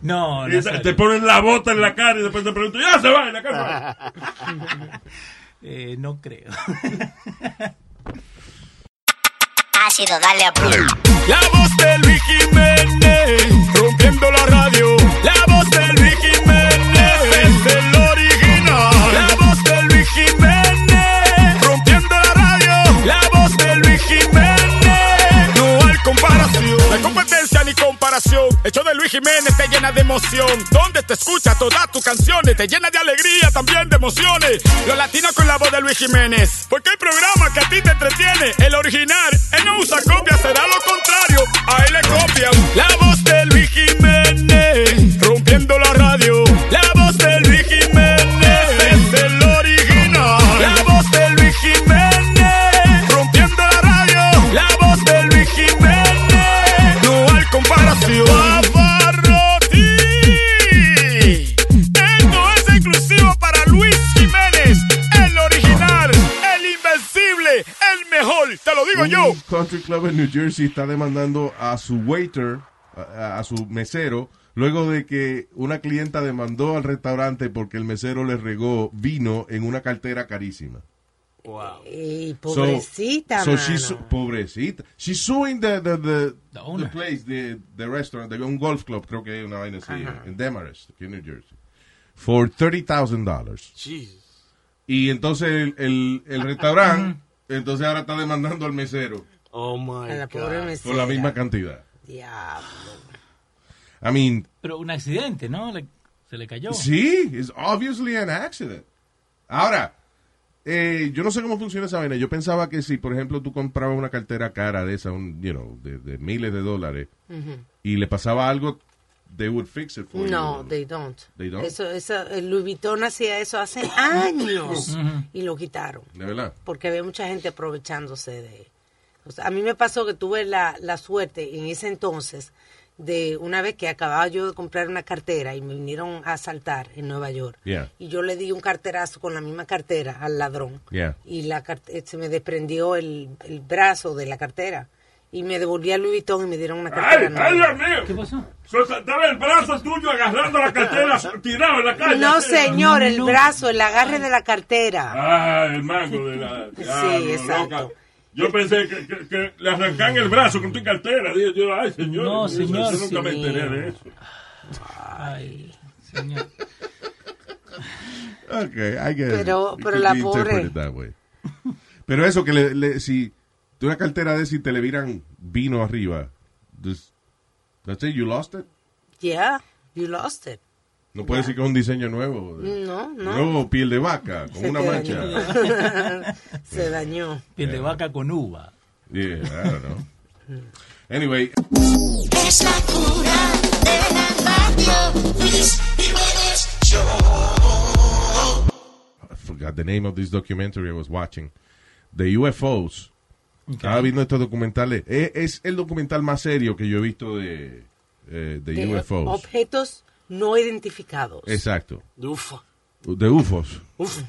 S7: No,
S9: Y te,
S7: Nazario.
S9: te ponen la bota en la cara y después te preguntan, ya se va, en la casa.
S7: (laughs) Eh, no creo.
S13: Ha sido darle a play.
S14: La voz de Luis Jiménez, rompiendo la radio. La voz de Luis Jiménez, es el original. La voz de Luis Jiménez, rompiendo la radio. La voz de Luis Jiménez, no hay comparación. No hay competencia ni comparación. El show de Luis Jiménez te llena de emoción. Donde te escucha todas tus canciones, te llena de alegría, también de emociones. Los latinos con la voz de Luis Jiménez. Porque hay programa que a ti te entretiene. El original, él no usa copia, será lo contrario. A él le copian. La voz de Luis Jiménez, rompiendo la radio. La voz de Luis Jiménez, es el original. La voz de Luis Jiménez, rompiendo la radio. La voz de Luis Jiménez, no hay comparación. Pavarotti.
S5: Country Club en New Jersey está demandando a su waiter, a, a su mesero, luego de que una clienta demandó al restaurante porque el mesero le regó vino en una cartera carísima.
S6: Wow. Y
S5: So-
S6: pobrecita,
S5: so
S6: mano.
S5: she's su- pobrecita. She's suing the, the, the, the place, the, the restaurant, the- un golf club, creo que hay una vaina así,
S8: Ajá.
S5: en Demarest, aquí en New Jersey, for $30,000.
S8: Jesus.
S5: Y entonces el, el, el restaurante, entonces ahora está demandando al mesero
S8: Oh my
S6: A la pobre
S8: God.
S5: por la misma cantidad.
S6: (laughs) Diablo.
S5: I mean,
S7: Pero un accidente, ¿no? Le- se le cayó.
S5: Sí, it's obviously an accident. Ahora, eh, yo no sé cómo funciona esa vaina. Yo pensaba que si, por ejemplo, tú comprabas una cartera cara de esa, un, you know, de, de miles de dólares,
S6: Ujú.
S5: y le pasaba algo, they would fix it for
S6: No,
S5: you.
S6: they don't.
S5: They don't?
S6: Eso, eso, el Louis Vuitton hacía eso hace años
S5: (laughs) Ujú.
S6: y lo quitaron
S5: De verdad.
S6: porque había mucha gente aprovechándose de... O sea, a mí me pasó que tuve la, la suerte en ese entonces de una vez que acababa yo de comprar una cartera y me vinieron a asaltar en Nueva York
S5: Yeah.
S6: y yo le di un carterazo con la misma cartera al ladrón
S5: Yeah.
S6: y la cart- eh, se me desprendió el, el brazo de la cartera y me devolví a Louis Vuitton y me dieron una cartera
S9: ¡Ay,
S6: nueva.
S9: ay, Dios mío! ¿Qué pasó? Soltaba el brazo tuyo agarrando la cartera, tirado en la calle.
S6: No, señor, el brazo, el agarre de la cartera.
S9: Ah, el mango
S6: (laughs)
S9: de la. Ah, no,
S6: exacto.
S9: loca. Yo pensé que, que- que le arrancan el brazo con tu cartera. Dije yo, ay, señor.
S7: No,
S9: eso-
S7: señor,
S9: Yo nunca me
S7: señor.
S9: enteré de eso.
S7: Ay, señor.
S5: Okay, I get it.
S6: Pero-
S5: It
S6: pero
S5: could
S6: la
S5: be interpreted that way. (laughs) Pero eso que le, le- si de una cartera de si te le viran vino arriba, this- that's it, you lost it.
S6: Yeah, you lost it.
S5: No puede decir que es un diseño nuevo.
S6: No, no.
S5: Nuevo piel de vaca, con
S6: Se
S5: una
S6: te
S5: mancha.
S6: dañó. (laughs) Se dañó.
S7: Piel de vaca con uva.
S5: Yeah, I don't know. Anyway,
S14: Es la cura de la radio. Luis Jiménez Show.
S5: I forgot the name of this documentary I was watching. The UFOs. Estaba viendo estos documentales. Es, es el documental más serio que yo he visto de, eh, de
S6: De
S5: UFOs.
S6: Objetos no identificados.
S5: Exacto.
S8: Ufa.
S5: De UFOs.
S8: Ufa.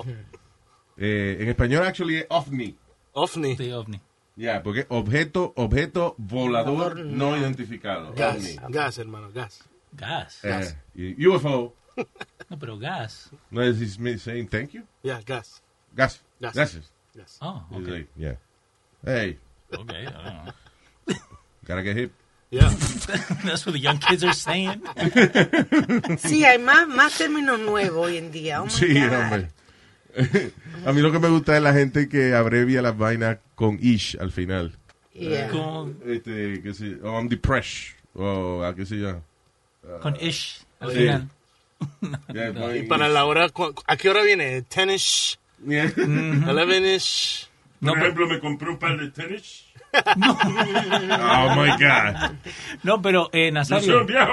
S5: Eh, en español, actually, es OVNI.
S8: OVNI.
S7: Sí, OVNI.
S5: Yeah, porque objeto, objeto volador no, identificado.
S8: Gas,
S5: OVNI.
S8: gas, hermano, gas.
S7: Gas.
S5: Eh, y UFO.
S7: No, pero gas. (laughs)
S5: No, is this me saying thank you?
S8: Yeah, gas.
S5: Gas.
S8: Gas.
S5: Gracias.
S8: Gas.
S7: Oh,
S5: It's like, yeah. Hey,
S7: okay. I don't know.
S5: (laughs) gotta get hip.
S8: Yeah.
S7: That's what the young kids are saying.
S6: Sí, hay más, más términos nuevos hoy en día. Oh my
S5: (laughs) Sí,
S6: God.
S5: hombre. (laughs) A mí lo que me gusta es la gente que abrevia las vainas con ish al final.
S6: Yeah.
S7: Con-
S5: Este, que sí, o I'm depressed, o a qué se llama.
S7: Con ish. Al
S5: Sí.
S7: final.
S5: (laughs) Ya,
S7: No.
S5: ponen
S8: Y para
S5: ish.
S8: la hora, cu- ¿a qué hora viene? ¿10-ish?
S5: Yeah.
S8: ¿11-ish?
S7: No,
S9: Por ejemplo, me compré un par de tenis. (laughs)
S5: Oh my God.
S7: No, pero eh,
S9: Yo soy
S7: Nazario,
S9: un viejo.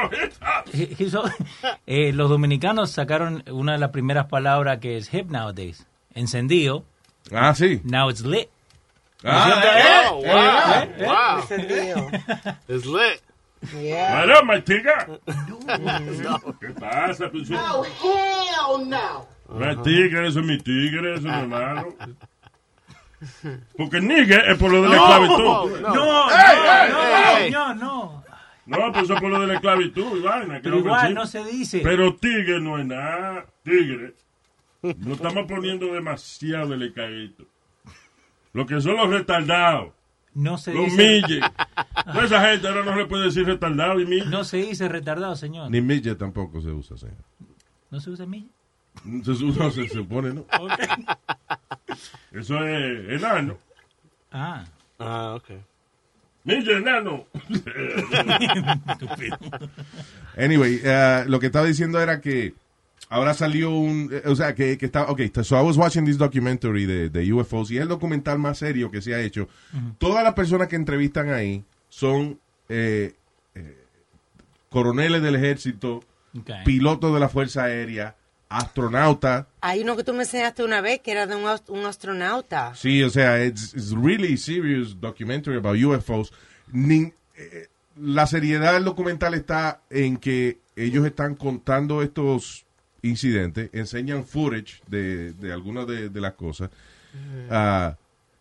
S7: he- he's all- (laughs) eh, los dominicanos sacaron una de las primeras palabras que es hip nowadays. Encendido.
S5: Ah, sí.
S7: Now it's lit.
S5: Ah,
S8: Oh,
S5: eh,
S8: wow,
S5: eh,
S8: wow. (laughs)
S6: Encendido.
S8: It's lit. Uh-huh.
S6: Yeah.
S9: ¡Para, Martiga! ¿Qué pasa,
S5: pues?
S9: tú?
S14: hell no.
S9: La tigre, eso es mi tigre, eso es mi hermano.
S7: ¿Eh?
S9: Porque nigga es por lo de la esclavitud.
S8: no.
S7: No,
S8: ey.
S7: no, no.
S9: No, pues eso es por lo de la esclavitud y vaina. que
S7: Pero
S9: no
S7: igual
S9: coincide.
S7: no se dice.
S9: Pero tigre no es nada. Tigre. Lo estamos poniendo demasiado delicadito. Lo que son los retardados.
S7: No se
S9: Los
S7: dice. (laughs)
S9: milles. Toda esa gente ahora no le puede decir retardado y mille.
S7: No se dice retardado, señor.
S5: Ni milla tampoco se usa, señor.
S7: No se usa milla.
S5: Se usa, se supone, ¿no?
S9: Eso es enano.
S7: Ah.
S8: Ah, okay.
S9: Mille
S7: (laughs)
S9: enano. (laughs)
S5: Anyway, uh, lo que estaba diciendo era que ahora salió un, eh, o sea, que, que estaba, ok, so I was watching this documentary de, de UFOs y es el documental más serio que se ha hecho. Todas las personas que entrevistan ahí son eh, eh, coroneles del ejército,
S7: Ok.
S5: pilotos de la Fuerza Aérea, astronautas.
S6: Hay uno que tú me enseñaste una vez que era de un, aus- un astronauta.
S5: Sí, o sea, it's, it's really serious documentary about UFOs. Nin- eh, la seriedad del documental está en que ellos están contando estos incidentes, enseñan footage de, de algunas de, de las cosas. Ah,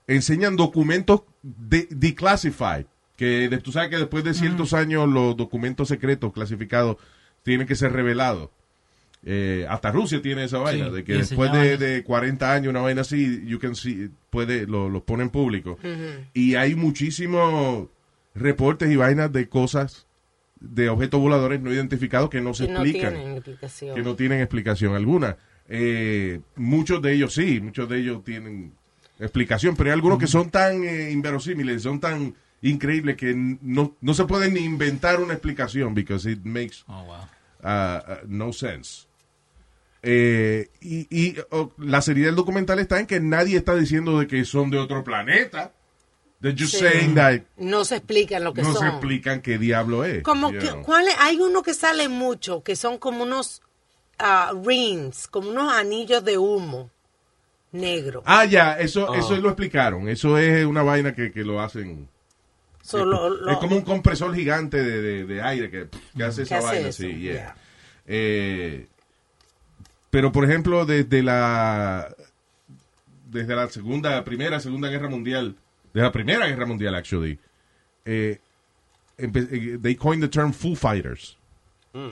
S5: enseñan documentos de, declassified, que de- tú sabes que después de ciertos años los documentos secretos clasificados tienen que ser revelados. Eh, hasta Rusia tiene esa vaina, de que
S12: y
S5: después de,
S12: enseñaban-
S5: de 40 años, una vaina así, you can see, puede, lo, lo ponen público.
S12: Ujú.
S5: Y hay muchísimos reportes y vainas de cosas, de objetos voladores no identificados que no se
S6: Que no
S5: explican
S6: tienen explicación.
S5: que no tienen explicación alguna. Eh, muchos de ellos sí, muchos de ellos tienen explicación, pero hay algunos que
S6: Mm.
S5: son tan eh, inverosímiles, son tan increíbles que n- no, no se pueden ni inventar una explicación because it makes uh, uh, no sense. Eh, y y, oh, la seriedad del documental está en que nadie está diciendo de que son de otro planeta. They're just
S6: Sí.
S5: saying that
S6: No se explican lo que
S5: no
S6: son.
S5: se explican qué diablo es.
S6: Como
S5: you
S6: que,
S5: know.
S6: ¿cuál es? Hay uno que sale mucho, que son como unos ah, rings, como unos anillos de humo negro.
S5: Ah, ya, eso,
S6: Oh.
S5: eso lo explicaron. Eso es una vaina que, que lo hacen.
S6: So,
S5: es,
S6: lo- lo-
S5: pues, es como un compresor gigante de, de- de aire que, que hace esa
S6: hace
S5: vaina.
S6: eso,
S5: sí, yeah. Eh, pero, por ejemplo, desde la desde la segunda, primera, segunda guerra mundial, de la primera guerra mundial, actually, eh, empe- eh, they coined the term Foo Fighters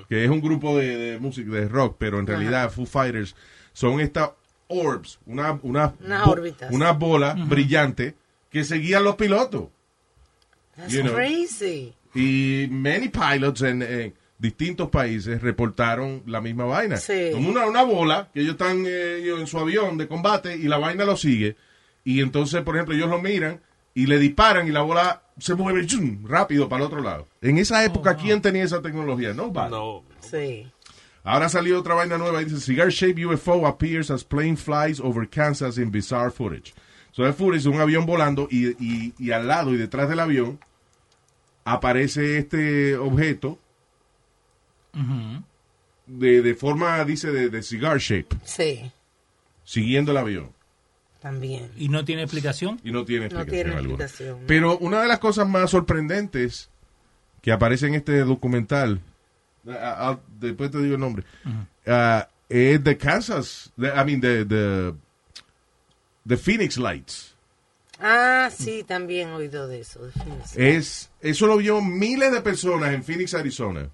S5: que es un grupo de, de música de rock, pero en
S12: Ajá.
S5: realidad Foo Fighters son estas orbs, una, una,
S12: Unas órbitas.
S5: una bola
S12: Ujú.
S5: brillante que seguían los pilotos.
S6: That's
S5: you know.
S6: crazy.
S5: Y many pilots en, en distintos países reportaron la misma vaina.
S12: Sí.
S5: Como una, una bola que ellos están eh, you know, en su avión de combate y la vaina lo sigue. Y entonces, por ejemplo, ellos lo miran y le disparan y la bola se mueve ¡zum! rápido para el otro lado. En esa época, ¿quién tenía esa tecnología? Nobody.
S8: No.
S6: Sí.
S5: Ahora salió otra vaina nueva. Dice, cigar shaped UFO appears as plane flies over Kansas in bizarre footage. So, es footage de un avión volando y, y- y al lado y detrás del avión aparece este objeto de, de forma, dice, de, de cigar shape,
S6: Sí,
S5: siguiendo el avión.
S6: también.
S7: ¿Y no tiene explicación?
S5: Y no tiene
S6: No
S5: explicación
S6: tiene
S5: alguna.
S6: explicación.
S5: Pero una de las cosas más sorprendentes que aparece en este documental, a- a- después te digo el nombre, ah, es de Kansas, de- I mean, de, de, de Phoenix Lights.
S6: Ah, sí, también he oído de eso. definitivamente.
S5: Es, eso lo vio miles de personas en Phoenix, Arizona.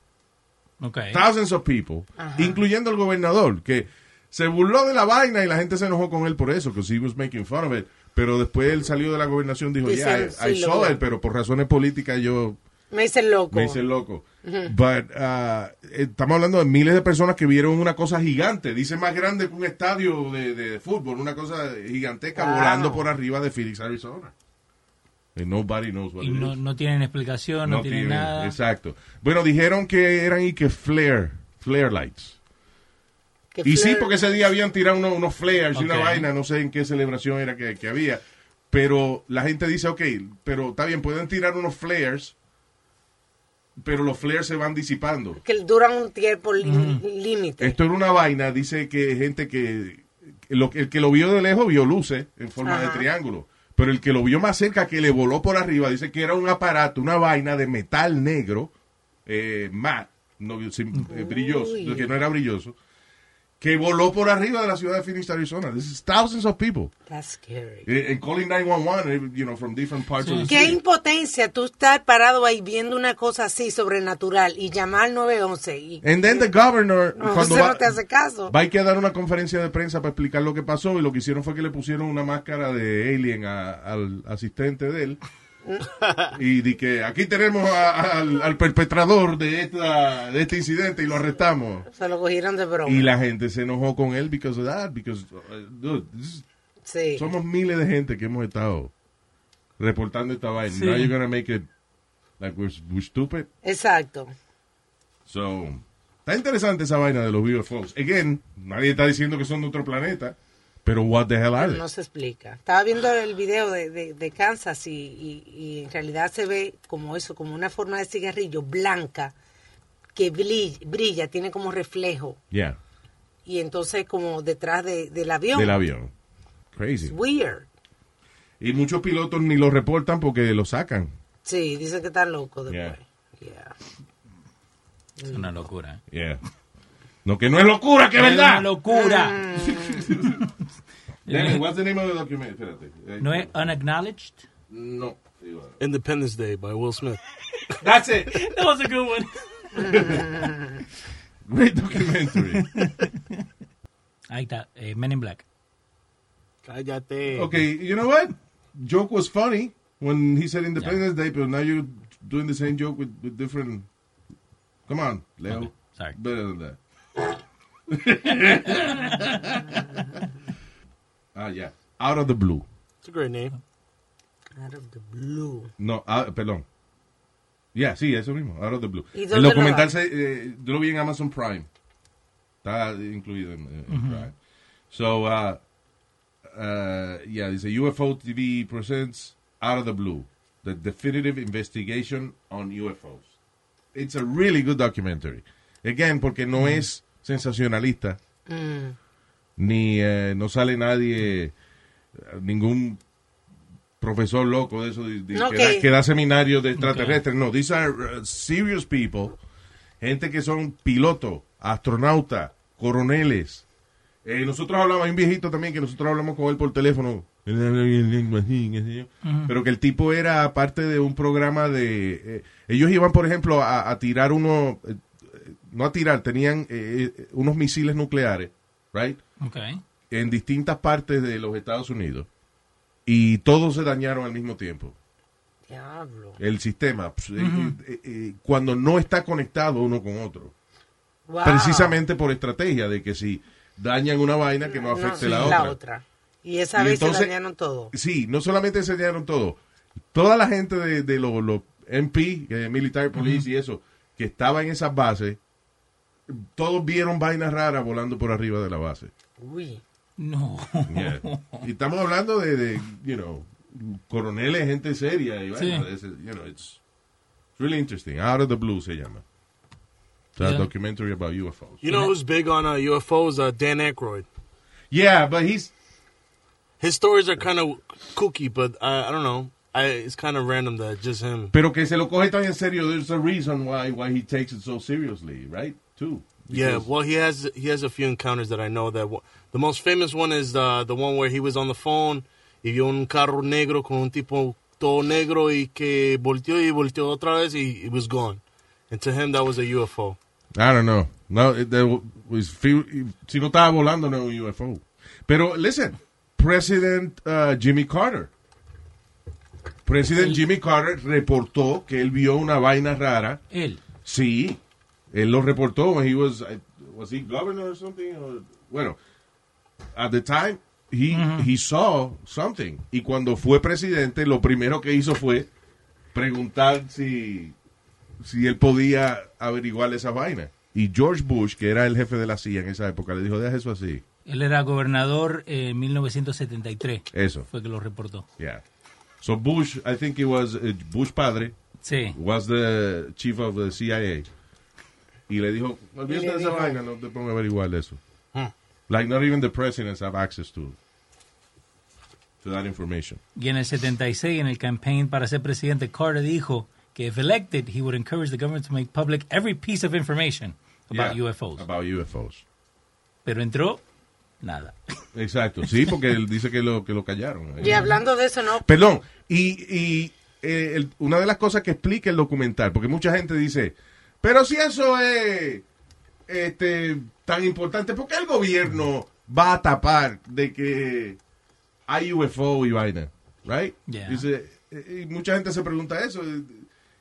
S7: Okay.
S5: Thousands of people, incluyendo el gobernador, que se burló de la vaina y la gente se enojó con él por eso, que he was making fun of it. Pero después él salió de la gobernación dijo,
S6: Dice,
S5: ya, I,
S6: sí,
S5: I
S6: lo
S5: saw
S6: veo".
S5: it, pero por razones políticas yo
S6: Me hice loco.
S5: me hice loco.
S6: Ujú.
S5: But, uh, estamos hablando de miles de personas que vieron una cosa gigante, dice más grande que un estadio de, de fútbol, una cosa giganteca
S7: Wow.
S5: volando por arriba de Phoenix, Arizona. And nobody knows what
S7: Y
S5: it
S7: no,
S5: is.
S7: no tienen explicación, no, tienen
S5: tiene,
S7: nada.
S5: Exacto. Bueno, dijeron que eran y que flare, flare lights.
S6: Que
S5: y sí,
S6: flare-
S5: porque ese día habían tirado uno- unos, flares y una
S12: Ok.
S5: vaina, no sé en qué celebración era que, que había. Pero la gente dice, ok, pero está bien, pueden tirar unos flares, pero los flares se van disipando.
S6: Que duran un tiempo li- límite.
S5: Esto era una vaina, dice que gente que, que lo- el que lo vio de lejos vio luces en forma de
S6: Ajá.
S5: triángulo, pero el que lo vio más cerca que le voló por arriba, dice que era un aparato, una vaina de metal negro, eh, matte, no, sin- eh, brilloso,
S12: Uy.
S5: que no era brilloso, que voló por arriba de la ciudad de Phoenix, Arizona. This is thousands of people.
S6: That's scary.
S5: Eh, and calling 911, eh, you know, from different parts of the
S6: Qué
S5: city.
S6: impotencia tú estar parado ahí viendo una cosa así sobrenatural y llamar al 911 y
S5: And then the governor,
S6: (laughs) no,
S5: cuando
S6: se
S5: va-
S6: no te hace caso.
S5: Va a ir a dar una conferencia de prensa para explicar lo que pasó y lo que hicieron fue que le pusieron una máscara de alien a- al asistente
S6: (laughs)
S5: de él y di que aquí tenemos a- a- al, al perpetrador de, esta, de este incidente y lo arrestamos.
S6: Se lo cogieron de broma.
S5: Y la gente se enojó con él because of that, because, uh, dude, this is-
S6: Sí.
S5: somos miles de gente que hemos estado reportando esta vaina.
S6: Sí.
S5: Now you're gonna make it like we're, we're stupid.
S6: Exacto.
S5: So, está interesante esa vaina de los UFOs. Again, nadie está diciendo que son de otro planeta, pero what the hell are
S6: Pero
S5: they?
S6: no se explica. Estaba viendo el video de, de- de Kansas y, y- y en realidad se ve como eso, como una forma de cigarrillo blanca que brilla, brilla tiene como reflejo
S5: Yeah,
S6: y entonces como detrás de- del avión.
S5: del avión. Crazy.
S6: It's weird.
S5: Y muchos pilotos ni lo reportan porque lo sacan.
S6: Sí, dicen que está loco después.
S7: Es una locura.
S5: Ah.
S7: (laughs)
S5: Yeah. No, que no es locura, que es verdad.
S7: Es una locura.
S5: Deme, what's the name of the document? (laughs) Espérate. Eh,
S7: ¿No es unacknowledged?
S5: No.
S8: Independence Day by Will Smith.
S5: That's it.
S7: (laughs) That was a good one.
S5: (laughs) Great documentary.
S7: (laughs) Ahí está, eh, Men in Black.
S8: Cállate.
S5: Okay, you know what? Joke was funny when he said Independence Day, but now you're doing the same joke with, with different. Come on, Leo.
S7: Okay, sorry.
S5: Better than that. (laughs) Ah, yeah. Out of the blue.
S8: It's a great name.
S6: Out of the blue.
S5: No, ah, perdón. Yeah, sí, eso mismo. Out of the blue.
S6: ¿Y
S5: El
S6: dónde lo
S5: documental,
S6: va?
S5: se, eh, yo lo vi en Amazon Prime. Está incluido en, eh, en
S12: Ujú.
S5: Prime. So, uh, uh, yeah, dice UFO TV presents Out of the Blue, the definitive investigation on UFOs. It's a really good documentary. Again, porque no es sensacionalista.
S6: Mm.
S5: ni eh, no sale nadie, eh, ningún profesor loco de eso de- de-
S6: No,
S5: que, da,
S6: que-
S5: que da seminarios de extraterrestres. No, these are uh, serious people, gente que son pilotos, astronautas, coroneles. Eh, nosotros hablamos, hay un viejito también que nosotros hablamos con él por teléfono. Él habla bien lengua así, qué sé yo.
S12: Ujú.
S5: Pero que el tipo era parte de un programa de... eh, ellos iban, por ejemplo, a, a tirar uno... eh, eh, no a tirar, tenían eh, eh, unos misiles nucleares, ¿right?
S7: Okay.
S5: en distintas partes de los Estados Unidos y todos se dañaron al mismo tiempo.
S6: Diablo.
S5: El sistema, pues, eh,
S6: Ujú.
S5: eh, eh, cuando no está conectado uno con otro.
S6: Wow.
S5: Precisamente por estrategia de que si dañan una vaina que no
S6: No,
S5: afecte
S6: sí,
S5: la, otra.
S6: Y esa
S5: Y
S6: vez se
S5: entonces-
S6: dañaron todo.
S5: Sí, no solamente se dañaron todo. Toda la gente de, de los, los MP, eh, Military Police y eso, que estaba en esas bases, todos vieron vainas raras volando por arriba de la base.
S6: Uy.
S7: No. (laughs)
S5: Yeah. Y estamos hablando de, de, you know, coroneles, gente seria. Y bueno,
S12: Sí.
S5: ese, you know, it's it's really interesting. Out of the Blue se llama. It's a
S8: Yeah.
S5: documentary about UFOs.
S8: You know who's big on uh, UFOs? Uh, Dan Aykroyd.
S5: Yeah, but he's
S8: his stories are kind of kooky, but uh, I, I don't know. I it's kind of random that just him.
S5: Pero que se lo coge tan en serio, there's a reason why why he takes it so seriously, right? Too.
S8: Yeah,
S5: Because-
S8: well, he has he has a few encounters that I know that w- the most famous one is uh, the the one where he was on the phone y vio un carro negro con un tipo todo negro y que volteó y volteó otra vez y it was gone. And to him, that was a UFO.
S5: I don't know. No, it- there was few- si no estaba volando, no era un UFO. Pero, listen, President uh, Jimmy Carter. President Jimmy Carter reportó que él vio una vaina rara.
S7: Él.
S5: Sí, él lo reportó when he was, I- was he governor or something? Or- bueno, at the time, he, he saw something. Y cuando fue presidente, lo primero que hizo fue preguntar si, si él podía averiguar esa vaina. Y George Bush, que era el jefe de la CIA en esa época, le dijo, deja eso así.
S7: Él era gobernador eh, en 1973.
S5: Eso.
S7: Fue que lo reportó.
S5: Yeah. So Bush, I think it was eh, Bush padre.
S7: Sí.
S5: Was the chief of the CIA. Y le dijo,
S12: Y
S5: olvídate
S12: le
S5: de esa
S12: dijo-
S5: vaina, no te pongas a averiguar eso.
S12: Hmm.
S5: Like not even the presidents have access to to that information.
S7: Y en el 76, en el campaign para ser presidente, Carter dijo que if elected, he would encourage the government to make public every piece of information about
S5: Yeah,
S7: UFOs.
S5: About UFOs.
S7: Pero entró, nada.
S5: Exacto, sí, porque él dice que lo, que lo callaron.
S6: Y hablando de eso, no.
S5: Perdón, y, y, eh, el- una de las cosas que explica el documental, porque mucha gente dice, pero si eso es este, tan importante, ¿por qué el gobierno va a tapar de que hay UFO y vaina? Right?
S12: Yeah.
S5: Dice, eh, y mucha gente se pregunta eso, eh,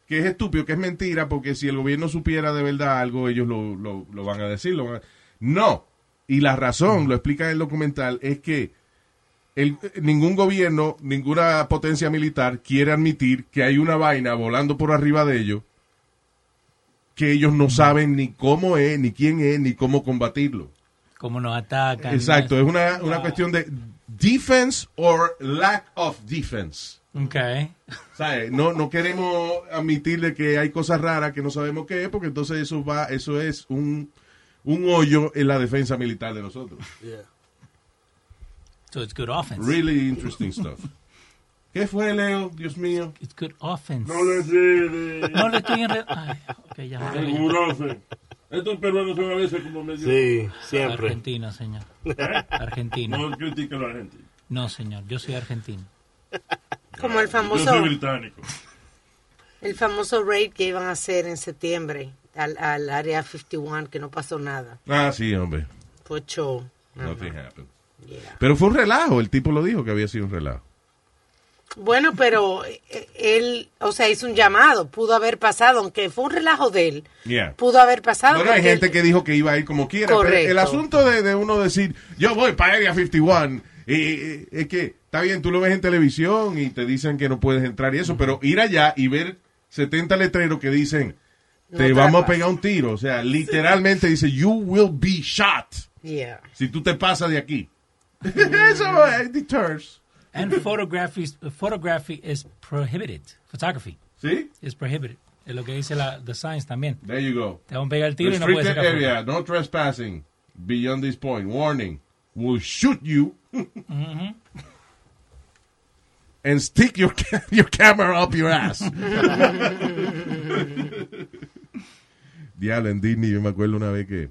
S5: que es estúpido, que es mentira, porque si el gobierno supiera de verdad algo, ellos lo, lo- lo van a decir. lo van a- No, y la razón, lo explica en el documental, es que el- ningún gobierno, ninguna potencia militar quiere admitir que hay una vaina volando por arriba de ellos que ellos no saben ni cómo es, ni quién es, ni cómo combatirlo.
S7: Cómo nos atacan.
S5: Exacto, es una, una cuestión de defense or lack of defense.
S7: Ok.
S5: ¿Sabe? No, no queremos admitirle que hay cosas raras que no sabemos qué es, porque entonces eso va, eso es un, un hoyo en la defensa militar de nosotros.
S8: Yeah.
S7: So it's good offense.
S5: Really interesting stuff. ¿Qué fue, Leo? Dios mío.
S7: It's good offense.
S9: No le tires.
S7: No le estoy enredando. Ok, ya.
S9: Seguro. Estos peruanos son a veces como medio...
S8: Sí, siempre.
S7: Argentina, señor.
S9: ¿Eh?
S7: Argentina.
S9: No critica a la gente.
S7: No, señor, yo soy argentino.
S6: Como el
S9: Yo
S6: famoso,
S9: soy británico.
S6: el famoso raid que iban a hacer en septiembre al, al área 51, que no pasó nada.
S5: Ah, sí, hombre.
S6: Fue show.
S5: Nothing happened. Pero fue un relajo. El tipo lo dijo que había sido un relajo.
S6: Bueno, pero eh, él, o sea, hizo un llamado. Pudo haber pasado, aunque fue un relajo de él.
S5: Yeah.
S6: Pudo haber pasado.
S5: Bueno, hay
S6: porque
S5: gente
S6: él-
S5: que dijo que iba a ir como quiera. pero
S6: Ah, Correcto.
S5: el asunto de, de uno decir, yo voy para Area 51, y, y- es que está bien, tú lo ves en televisión y te dicen que no puedes entrar y eso, pero ir allá y ver 70 letreros que dicen,
S6: No
S5: te
S6: te la
S5: vamos a
S6: paso".
S5: pegar un tiro. O sea, literalmente dice, you will be shot
S6: Yeah.
S5: si tú te pasas de aquí. (laughs) Eso eh, es, deters.
S7: And photography, photography is prohibited. Photography.
S5: ¿Sí?
S7: Is prohibited. Es lo que dice la the science también.
S5: There you go.
S7: Te van a pegar el tiro y no puedes
S5: Restricted
S7: sacar foto.
S5: area, no trespassing beyond this point. Warning, will shoot you
S7: Mhm.
S5: and stick your ca- (laughs) your camera up your ass. (laughs)
S6: (laughs)
S5: Diablo, en Disney yo me acuerdo una vez que,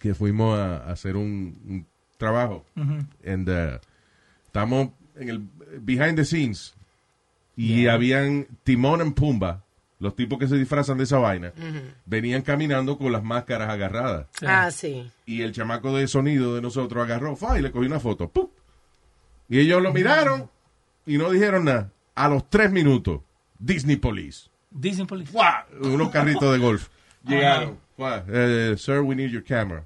S5: que fuimos a, a hacer un, un trabajo.
S7: Mm-hmm.
S14: Ujú.
S5: And, uh, estamos en el behind the scenes y habían Timón en Pumba, los tipos que se disfrazan de esa vaina,
S6: Ujú.
S5: venían caminando con las máscaras agarradas.
S6: Ah, sí.
S5: Y el chamaco de sonido de nosotros agarró fa, y le cogió una foto. ¡pum! Y ellos lo miraron y no dijeron nada. A los tres minutos, Disney Police.
S7: Disney Police.
S5: ¡Fua! Unos carritos
S7: (laughs)
S5: de golf. Llegaron. ¡fua! Eh, sir, we need your camera.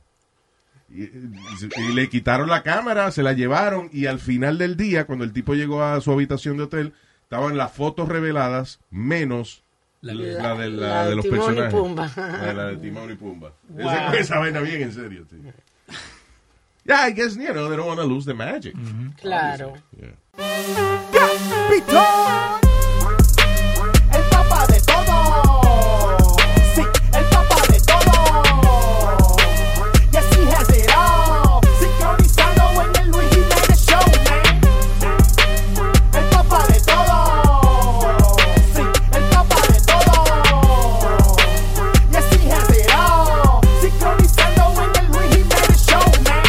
S5: Y, y le quitaron la cámara, se la llevaron y al final del día, cuando el tipo llegó a su habitación de hotel, estaban las fotos reveladas menos la, de, la-
S6: la de
S5: de los
S6: Timón y
S5: personajes.
S6: Pumba.
S5: (laughs) La de, la de Timón y Pumba.
S6: Wow.
S5: Esa, (laughs) esa vaina bien en serio, tío. Yeah, I guess, you know, they don't want to lose the magic.
S6: Claro.
S14: Pitón, el papá de todo. Sí, el papá de todo. Yes, he has it all. Sincronizando en el Luis Jiménez Show, man. El papá de todo. Sí, el papá de todo. Yes, he has it all. Sincronizando en el Luis Jiménez Show, man.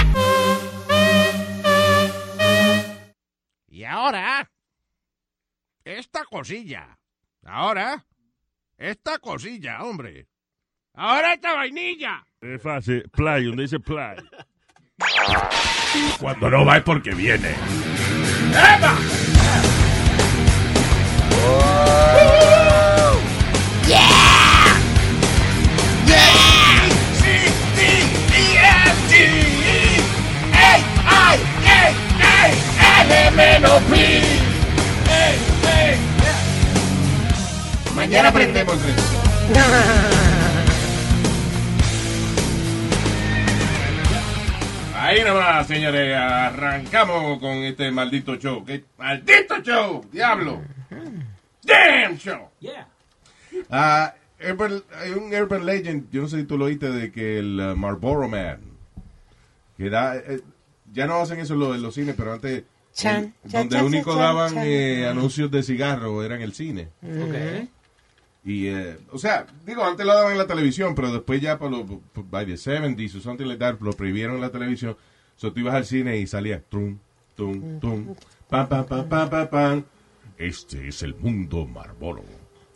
S12: Y ahora, esta cosilla. Ahora, esta cosilla, hombre. Ahora esta vainilla.
S9: Es fácil. Play, donde dice play.
S1: Cuando no va es porque viene.
S5: Mañana aprendemos eso. Ahí nomás, señores, arrancamos con este maldito show. ¡Qué maldito show! ¡Diablo! ¡Damn show!
S7: Yeah.
S5: Ah, urban- hay un urban legend, yo no sé si tú lo oíste, de que el ah, Marlboro Man, que era, eh, ya no hacen eso en los, en los cines, pero antes,
S6: Chan,
S5: eh,
S6: chan,
S5: donde
S6: chan,
S5: único
S6: chan,
S5: daban
S6: chan.
S5: eh, anuncios de cigarro, era en el cine.
S6: Ok.
S5: Y, eh, o sea, digo, antes lo daban en la televisión, pero después ya por los, por- by the 70s o something like that, lo prohibieron en la televisión. So tú ibas al cine y salía, tum, tum, tum, pam, pam, pam, pam, pam, pam. Este es el mundo Marlboro.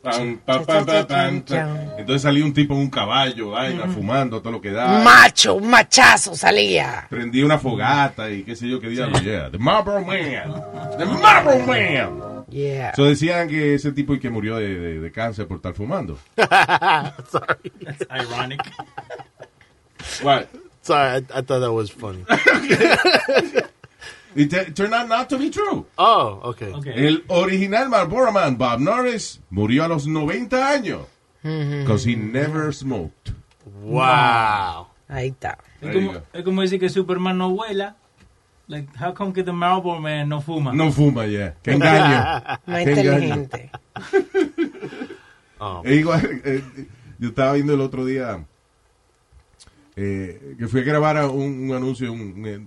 S5: Pam, pam, pam, pam, pam, pam. Entonces salía un tipo en un caballo, vaina, fumando, todo lo que da.
S6: Macho, un machazo salía.
S5: Prendía una fogata y qué sé yo qué diablo. Yeah, the Marlboro Man. The Marlboro Man.
S6: Yeah.
S5: So decían que ese tipo y que murió de, de- de cáncer por estar fumando.
S8: (laughs) Sorry.
S7: That's ironic.
S5: What?
S8: Sorry, I, I thought that was funny.
S5: It t- turned out not to be true.
S8: Oh, okay.
S5: El original Marlboro Man, Bob Norris, murió a los 90 años.
S6: Mm-hmm.
S5: Because he never smoked.
S8: Mm. Wow.
S6: Ahí está.
S7: Es
S5: There you
S7: como,
S5: go.
S7: es como decir que Superman no vuela. Like, how come que the Marlboro Man no fuma?
S5: No fuma,
S7: (laughs)
S5: yeah. Qué engaño.
S6: (laughs)
S7: No
S5: Qué engaño. (laughs)
S7: inteligente.
S5: Es igual, eh, yo estaba viendo el otro día eh, que fui a grabar a un, un anuncio, un, un, eh,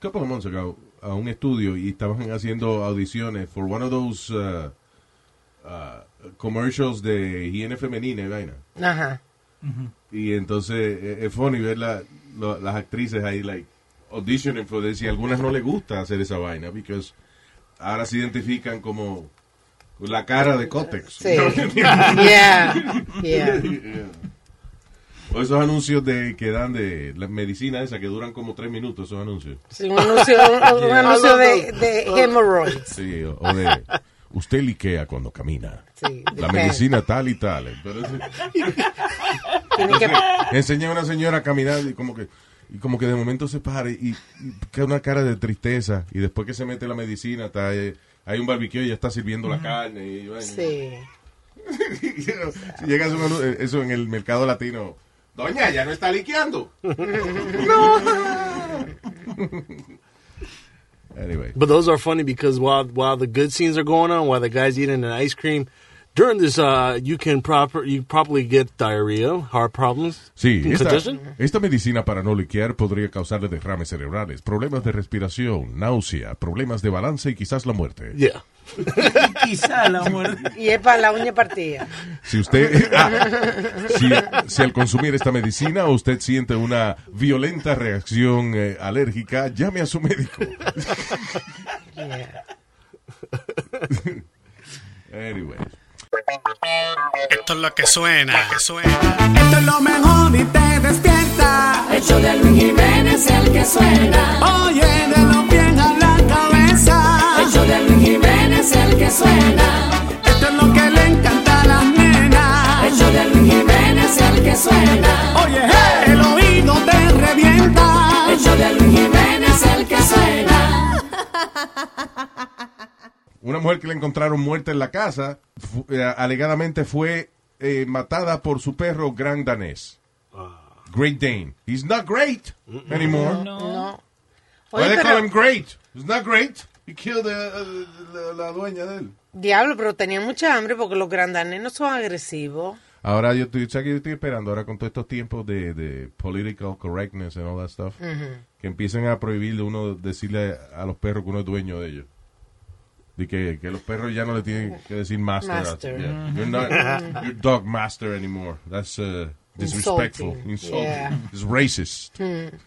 S5: couple of months ago, a un estudio y estaban haciendo audiciones for one of those uh, uh, commercials de higiene femenina y vaina.
S6: Ajá.
S5: Y entonces eh, es funny ver la- lo- las actrices ahí, like, auditioning for this. Y algunas no les gusta hacer esa vaina, because ahora se identifican como con la cara de Cotex. (laughs)
S6: Sí. (laughs) Yeah, yeah.
S5: O esos anuncios de, que dan de la medicina esa, que duran como tres minutos, esos anuncios.
S6: Sí, un anuncio, un
S5: (laughs) Yeah.
S6: anuncio de, de hemorrhoids.
S5: Sí, o, o de usted liquea cuando camina.
S6: Sí,
S5: la
S6: depende.
S5: medicina tal y tal. Pero eso-
S6: Tiene que-
S5: (laughs) Enseñé a una señora a caminar y como que y como que de momento se para y, y queda una cara de tristeza y después que se mete la medicina está eh, hay un barbecue y ya está sirviendo la carne y bueno.
S6: Sí.
S5: Si llega eso en el- eso en el mercado latino doña ya no está liqueando Anyway.
S8: But those are funny because while while the good scenes are going on, while the guys eating an ice cream, during this uh, you can proper you probably get diarrhea, heart problems,
S5: Sí, esta,
S8: congestion.
S5: esta medicina para no liquear podría causarle derrames cerebrales, problemas de respiración, náusea, problemas de balance y quizás la muerte.
S8: Yeah.
S6: Quizá la muerte. Y es para la uña partida. (laughs)
S5: Si usted, Ah, si, si al consumir esta medicina usted siente una violenta reacción eh, alérgica, llame a su médico. Anyway.
S15: Esto es lo que suena. Esto es lo mejor y te despierta. El show de Luis Jiménez el que suena. Oye, de los pies a la cabeza. El show de Luis Jiménez el que suena. Esto es lo que le encanta a las nenas. El show de Luis Jiménez el que suena. Oye, hey, el oído te revienta. El show de Luis Jiménez el que suena.
S5: Una mujer que la encontraron muerta en la casa, fu- eh, alegadamente fue eh, matada por su perro gran danés. Great Dane. He's not great anymore.
S6: No.
S5: Why
S6: Oye,
S5: they call
S6: pero-
S5: him great? He's not great. He killed the- la- la dueña de él.
S6: Diablo, pero tenía mucha hambre porque los grandanes no son agresivos.
S5: Ahora yo estoy, ¿sabes qué yo estoy esperando ahora con todos estos tiempos de, de political correctness and all that stuff,
S6: Ujú.
S5: que empiecen a prohibir de uno decirle a los perros que uno es dueño de ellos. De que, que los perros ya no le tienen que decir master.
S6: Master.
S5: Yeah.
S6: Ujú.
S5: You're not your dog master anymore. That's uh, disrespectful.
S6: Insulting.
S5: Insulting.
S6: Yeah.
S5: It's racist.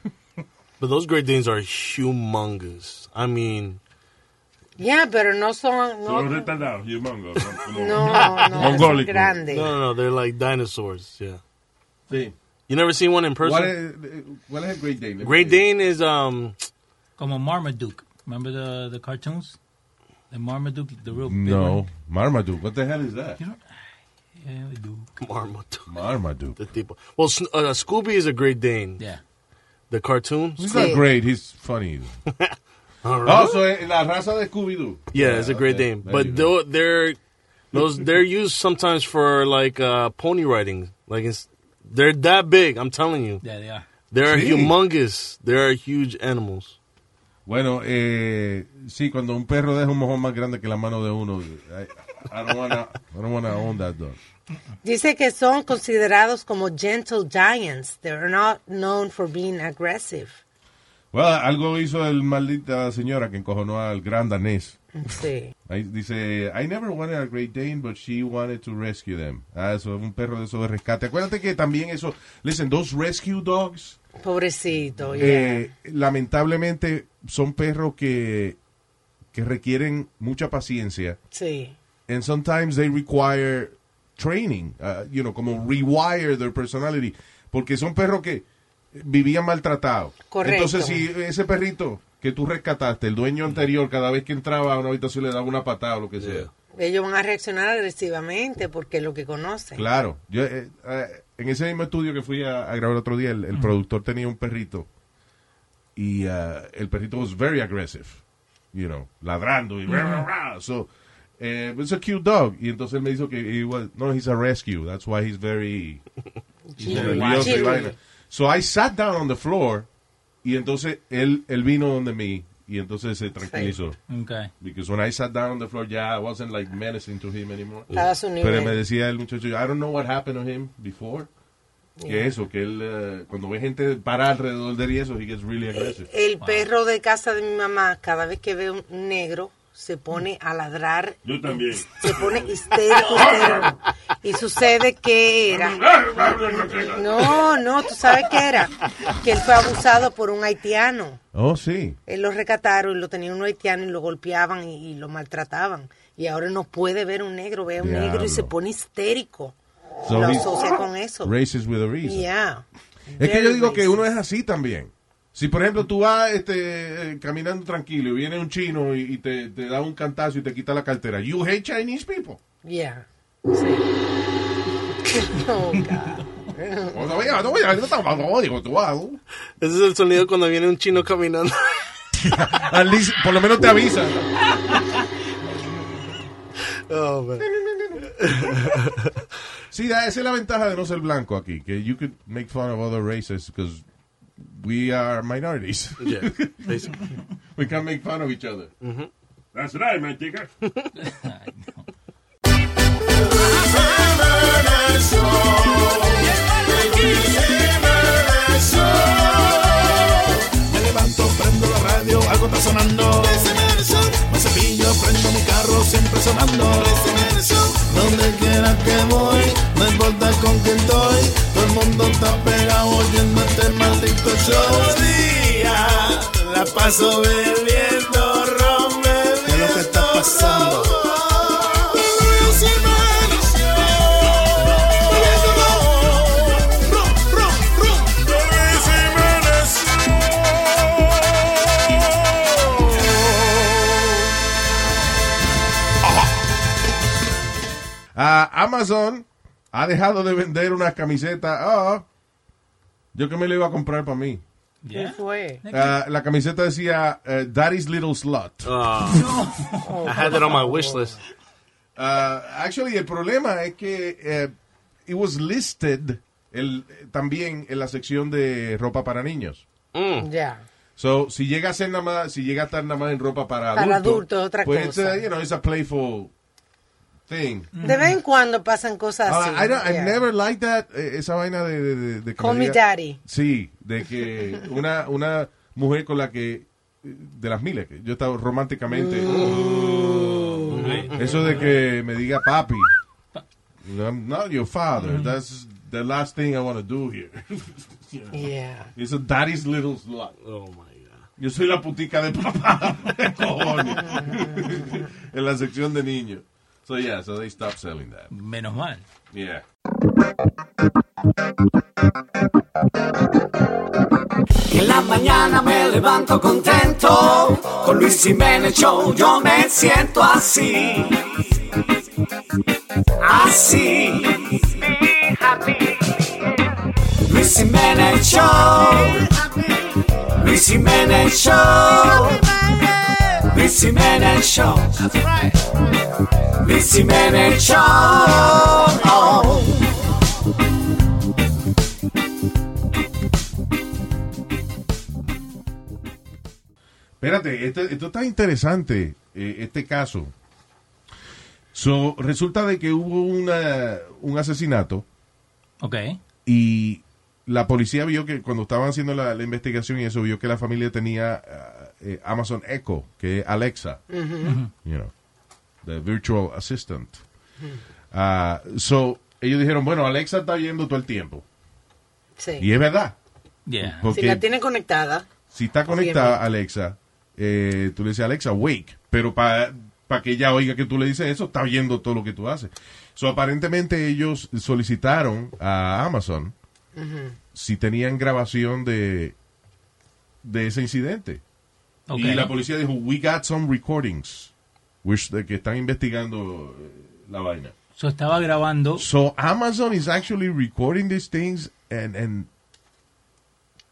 S8: But those Great Danes are humongous. I mean,
S6: Ya, pero no son. No,
S8: Son
S9: retardados, humongos.
S6: (laughs)
S5: (laughs)
S6: No, no,
S8: Mongolic.
S6: son grandes.
S8: No, no, no, they're like dinosaurs. Yeah.
S5: Sí.
S8: You never seen one in person.
S5: What is, what is Great Dane?
S8: Great Dane is um.
S7: Como Marmaduke. Remember the, the cartoons? The Marmaduke, the real big
S5: No,
S7: one.
S5: Marmaduke. What the hell is that?
S7: Yeah, Duke.
S8: Marmaduke.
S5: Marmaduke.
S8: The tipo. Well, Sn- uh, Scooby is a Great Dane.
S7: Yeah.
S8: The cartoon.
S5: He's not great. He's funny.
S8: Alright.
S5: Oh, so eh, la raza de Scooby-Doo.
S8: Yeah, it's a Great
S5: okay.
S8: Dane,
S5: There you
S8: but tho-
S5: go.
S8: they're those they're used sometimes for like uh, pony riding. Like it's, they're that big. I'm telling you.
S7: Yeah, they are.
S8: They're
S7: Sí.
S8: humongous. They're huge animals.
S5: Bueno, eh, sí, cuando un perro deja un mojón más grande que la mano de uno, I, I don't wanna, I don't wanna own that dog.
S6: Dice que son considerados como gentle giants. They're not known for being aggressive.
S5: Well, algo hizo el maldita señora que encojonó al gran danés.
S6: Sí.
S5: Ahí dice, I never wanted a Great Dane, but she wanted to rescue them. Ah, eso es un perro de eso de rescate. Acuérdate que también eso, listen, those rescue dogs,
S6: Pobrecito, ya.
S5: eh, lamentablemente son perros que, que requieren mucha paciencia.
S6: sí.
S5: and sometimes they require training, uh, you know, como rewire their personality, porque son perros que vivían maltratados.
S6: Correcto.
S5: Entonces, si ese perrito que tú rescataste, el dueño anterior, cada vez que entraba a una habitación le daba una patada o lo que sea.
S6: Ellos van a reaccionar agresivamente porque es lo que conocen.
S5: Claro. Yo, eh, eh, en ese mismo estudio que fui a, a grabar otro día, el, el productor tenía un perrito y ah, el perrito was very aggressive, you know, ladrando y
S1: Ujú.
S5: rah, rah, rah. So, eh, it's a cute dog. Y entonces él me dijo que he was- no, he's a rescue. That's why he's
S1: (laughs)
S5: very
S1: Chill.
S5: nervioso y
S1: Chill.
S5: vaina. So I sat down on the floor y entonces él, él vino donde mí y entonces se tranquilizó.
S7: Okay.
S5: Because when I sat down on the floor, yeah, I wasn't like menacing to him anymore.
S7: Estaba a su nivel.
S5: Pues, Pero me decía el muchacho, I don't know what happened to him before. Que
S6: Yeah.
S5: eso, que él, eh, cuando ve gente parar
S6: Eh,
S5: alrededor de él y eso, he gets really aggressive.
S6: El perro de casa de mi mamá, cada vez que ve un negro, se pone a ladrar.
S9: Yo también.
S6: Se
S5: (laughs)
S6: pone histérico, histérico. Y sucede que era. No, no, tú sabes qué era. Que él fue abusado por un haitiano.
S5: Oh, sí.
S6: Él lo recataron y lo tenían un haitiano y lo golpeaban y, y lo maltrataban. Y ahora no puede ver un negro, ve a un negro
S5: Diablo.
S6: y se pone histérico.
S5: So
S6: lo
S5: he's
S6: asocia con eso.
S5: racist with a reason.
S6: Yeah.
S5: Es que yo
S6: Very
S5: digo que uno es así también. Si, por ejemplo, tú vas este, eh, caminando tranquilo y viene un chino y, y te, te da un cantazo y te quita la cartera. You hate Chinese people.
S6: Yeah. Sí. Oh, God.
S5: Oh, no, vea, no, vea, no, no, no, digo, tú, ah, uh.
S8: Ese es el sonido cuando viene un chino caminando.
S5: (laughs) At least, por lo menos
S8: (laughs)
S5: te avisa.
S8: Oh, man.
S5: (laughs) Sí, da- esa es la ventaja de no ser blanco aquí. Que you could make fun of other races because we are minorities.
S9: Yeah,
S5: we can make fun of each other.
S9: That's right,
S7: (laughs)
S9: my chica.
S14: Me levanto, prendo la radio, algo está sonando. Me cepillo, prendo mi carro, siempre sonando. Donde quiera que voy, no importa con quién estoy. Todo el mundo está pegado oyendo este maldito show. Todo día la paso bebiendo ron, ¿Qué es lo que está pasando?
S5: (laughs) Ah, Amazon ha dejado de vender unas camisetas. Ah, yo que me la iba a comprar para mí.
S6: ¿Qué fue?
S5: Ah, la camiseta decía eh, Daddy's Little Slut.
S8: I had that on my wish list.
S5: Uh, actually, el problema es que eh, it was listed el- también en la sección de ropa para niños. Hmm.
S6: Ya.
S5: So, si llega a ser nada más, si llega a estar nada más en ropa para adultos,
S6: Para adultos, otra
S5: pues,
S6: cosa.
S5: it's a, you know, it's a playful thing.
S6: De vez en cuando pasan cosas así.
S5: Uh, I don't-
S6: yeah.
S5: I've never liked that, eh, esa vaina de... de, de- de que
S6: Call
S5: me
S6: me
S5: diga-
S6: daddy.
S5: Sí, de que una, una mujer con la que, eh, de las miles, que yo estaba románticamente...
S6: Mm.
S5: Uh, Eso de que me diga papi. I'm not your father. That's the last thing I want to do here. (laughs)
S6: Yeah.
S5: It's a daddy's little slut. Oh, my God. Yo soy la putica de papá. (laughs) Cojones. en la sección de niños. So, yeah, so they stopped selling that.
S7: Menos mal.
S5: Yeah.
S15: En la mañana me levanto contento, con Luis Jiménez Show yo me siento así. Así. Luis Jiménez Show. Luis Jiménez Show. Luis Jiménez Show. Luis Jiménez Show. Oh.
S5: Espérate, esto, esto está interesante, eh, este caso. So, resulta de que hubo una, un asesinato
S7: Ok.
S5: y la policía vio que cuando estaban haciendo la, la investigación y eso, vio que la familia tenía ah, eh, Amazon Echo, que es Alexa,
S15: Ujú.
S5: you know, the virtual assistant. Ah, so, ellos dijeron, bueno, Alexa está yendo todo el tiempo.
S6: Sí.
S5: Y es verdad.
S7: Yeah.
S5: Porque-
S6: Si la tiene conectada.
S5: Si está conectada Alexa, eh, tú le dices Alexa, wake. Pero para que ella oiga que tú le dices eso, está viendo todo lo que tú haces. So, aparentemente ellos solicitaron a Amazon si tenían grabación de, de ese incidente.
S7: Ok.
S5: Y la policía dijo, we got some recordings. Which, de que están investigando eh, la vaina.
S7: So estaba grabando.
S5: So Amazon is actually recording these things and, and,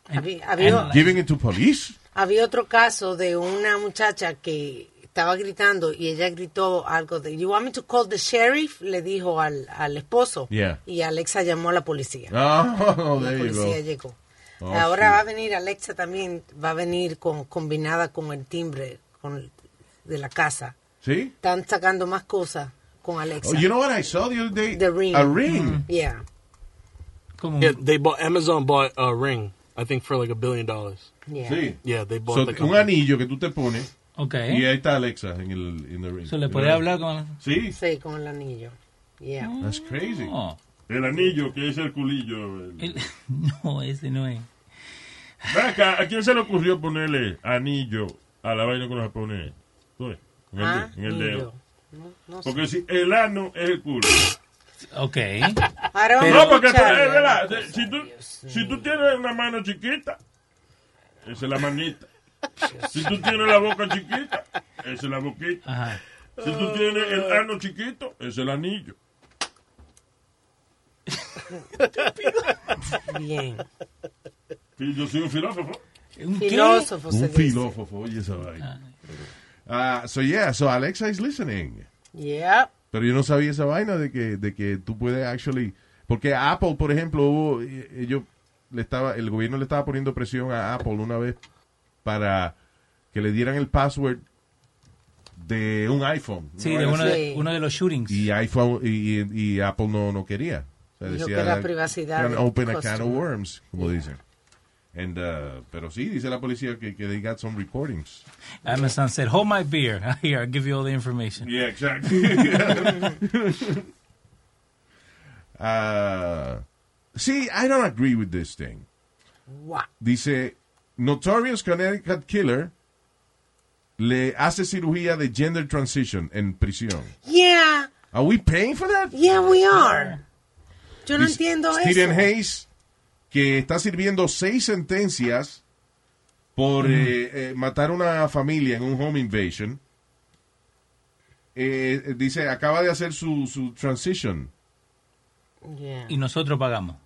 S6: Había,
S5: and
S6: había,
S5: giving it to police.
S6: había otro caso de una muchacha que estaba gritando y ella gritó algo de You want me to call the sheriff? Le dijo al, al esposo.
S5: Yeah.
S6: Y Alexa llamó a la policía.
S5: (laughs) Oh,
S6: la
S5: there you
S6: policía
S5: go.
S6: llegó.
S5: Oh,
S6: Ahora
S5: sí.
S6: va a venir Alexa también, va a venir con, combinada con el timbre con el- de la casa.
S5: ¿Sí?
S6: Están sacando más cosas con Alexa.
S5: Oh, you know what I saw the other day?
S6: The ring. Mm-hmm.
S5: A ring.
S6: Yeah.
S8: Yeah, they bought Amazon bought a ring, I think for like a billion dollars.
S6: Yeah.
S5: Sí.
S8: Yeah, they bought
S5: So,
S8: like
S5: un
S8: a,
S5: anillo que tú te pones
S7: Ok.
S5: Y ahí está Alexa en el in the ring.
S7: ¿Se le puede hablar con.?
S5: Sí.
S6: Sí, con el anillo. Yeah.
S5: That's crazy.
S9: Oh.
S7: Oh.
S9: El anillo, que es el culillo. el-
S7: (laughs) No, ese no es.
S9: Ven acá, ¿a quién se le ocurrió ponerle anillo a la vaina que uno se pone? ¿Tú ves? En el,
S6: Ah,
S9: en el dedo.
S6: No, no sé.
S9: Porque si el ano es el culo.
S7: Ok.
S6: Ahora vamos a
S9: no, porque
S6: escuchar.
S9: eh, ¿verdad? De- si, tú, si tú tienes una mano chiquita, esa es la manita. Si tú tienes la boca chiquita, esa es la boquita.
S7: Ajá.
S9: Si tú tienes el ano chiquito, es el anillo.
S6: Bien.
S9: Sí, yo soy un filósofo.
S7: ¿Un
S6: qué? Filósofo se
S5: Un
S6: dice.
S5: filósofo, oye esa vaina. Ah, so yeah, so Alexa is listening.
S6: Yeah.
S5: Pero yo no sabía esa vaina de que, de que tú puedes actually... Porque Apple, por ejemplo, hubo... eh, Ellos le estaba, el gobierno le estaba poniendo presión a Apple una vez para que le dieran el password de un iPhone.
S7: Sí,
S5: Una
S7: de
S5: vaina
S7: uno
S5: así.
S7: de, uno de los shootings.
S5: Y iPhone y, y- y Apple no, no quería. O sea,
S7: Dijo que era
S5: "Can
S7: privacidad del
S5: open a can of
S7: customer".
S5: worms, como dicen. And, uh, pero sí, dice la policía que, que they got some recordings.
S7: Amazon said, hold my beer. (laughs) Here, I'll give you all the information.
S9: Yeah, exactly.
S5: Uh, see, I don't agree with this thing.
S6: Wow.
S5: Dice, Notorious Connecticut Killer le hace cirugía de gender transition en prisión.
S6: Yeah.
S5: Are we paying for that?
S6: Yeah, we are. Yo no
S5: Dice
S6: entiendo
S5: Stephen
S6: eso.
S5: Hayes, que está sirviendo seis sentencias
S6: Mm.
S5: por eh, eh, matar a una familia en un home invasion, eh, eh, dice, acaba de hacer su, su transition.
S7: (laughs) Y nosotros pagamos.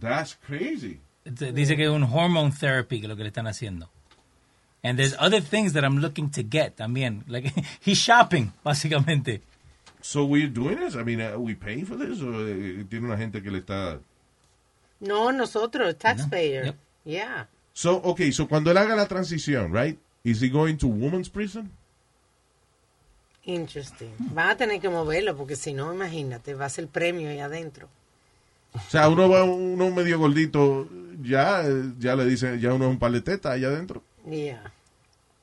S5: That's crazy.
S7: Este, Dice que es un hormone therapy que lo que le están haciendo. And there's other things that I'm looking to get también. Like, (laughs) he's shopping, básicamente.
S5: So we're doing this? I mean, are we paying for this? ¿O eh, tiene una gente que le está...
S6: No, nosotros, taxpayer. Yeah.
S5: So, okay, so cuando él haga la transición, right? Is he going to woman's prison?
S6: Interesting. Van a tener que moverlo porque si no, imagínate, va a ser premio ahí adentro.
S5: O sea, uno va, uno medio gordito, ya, eh, ya le dicen, ya uno es un par de tetas allá adentro.
S6: Yeah.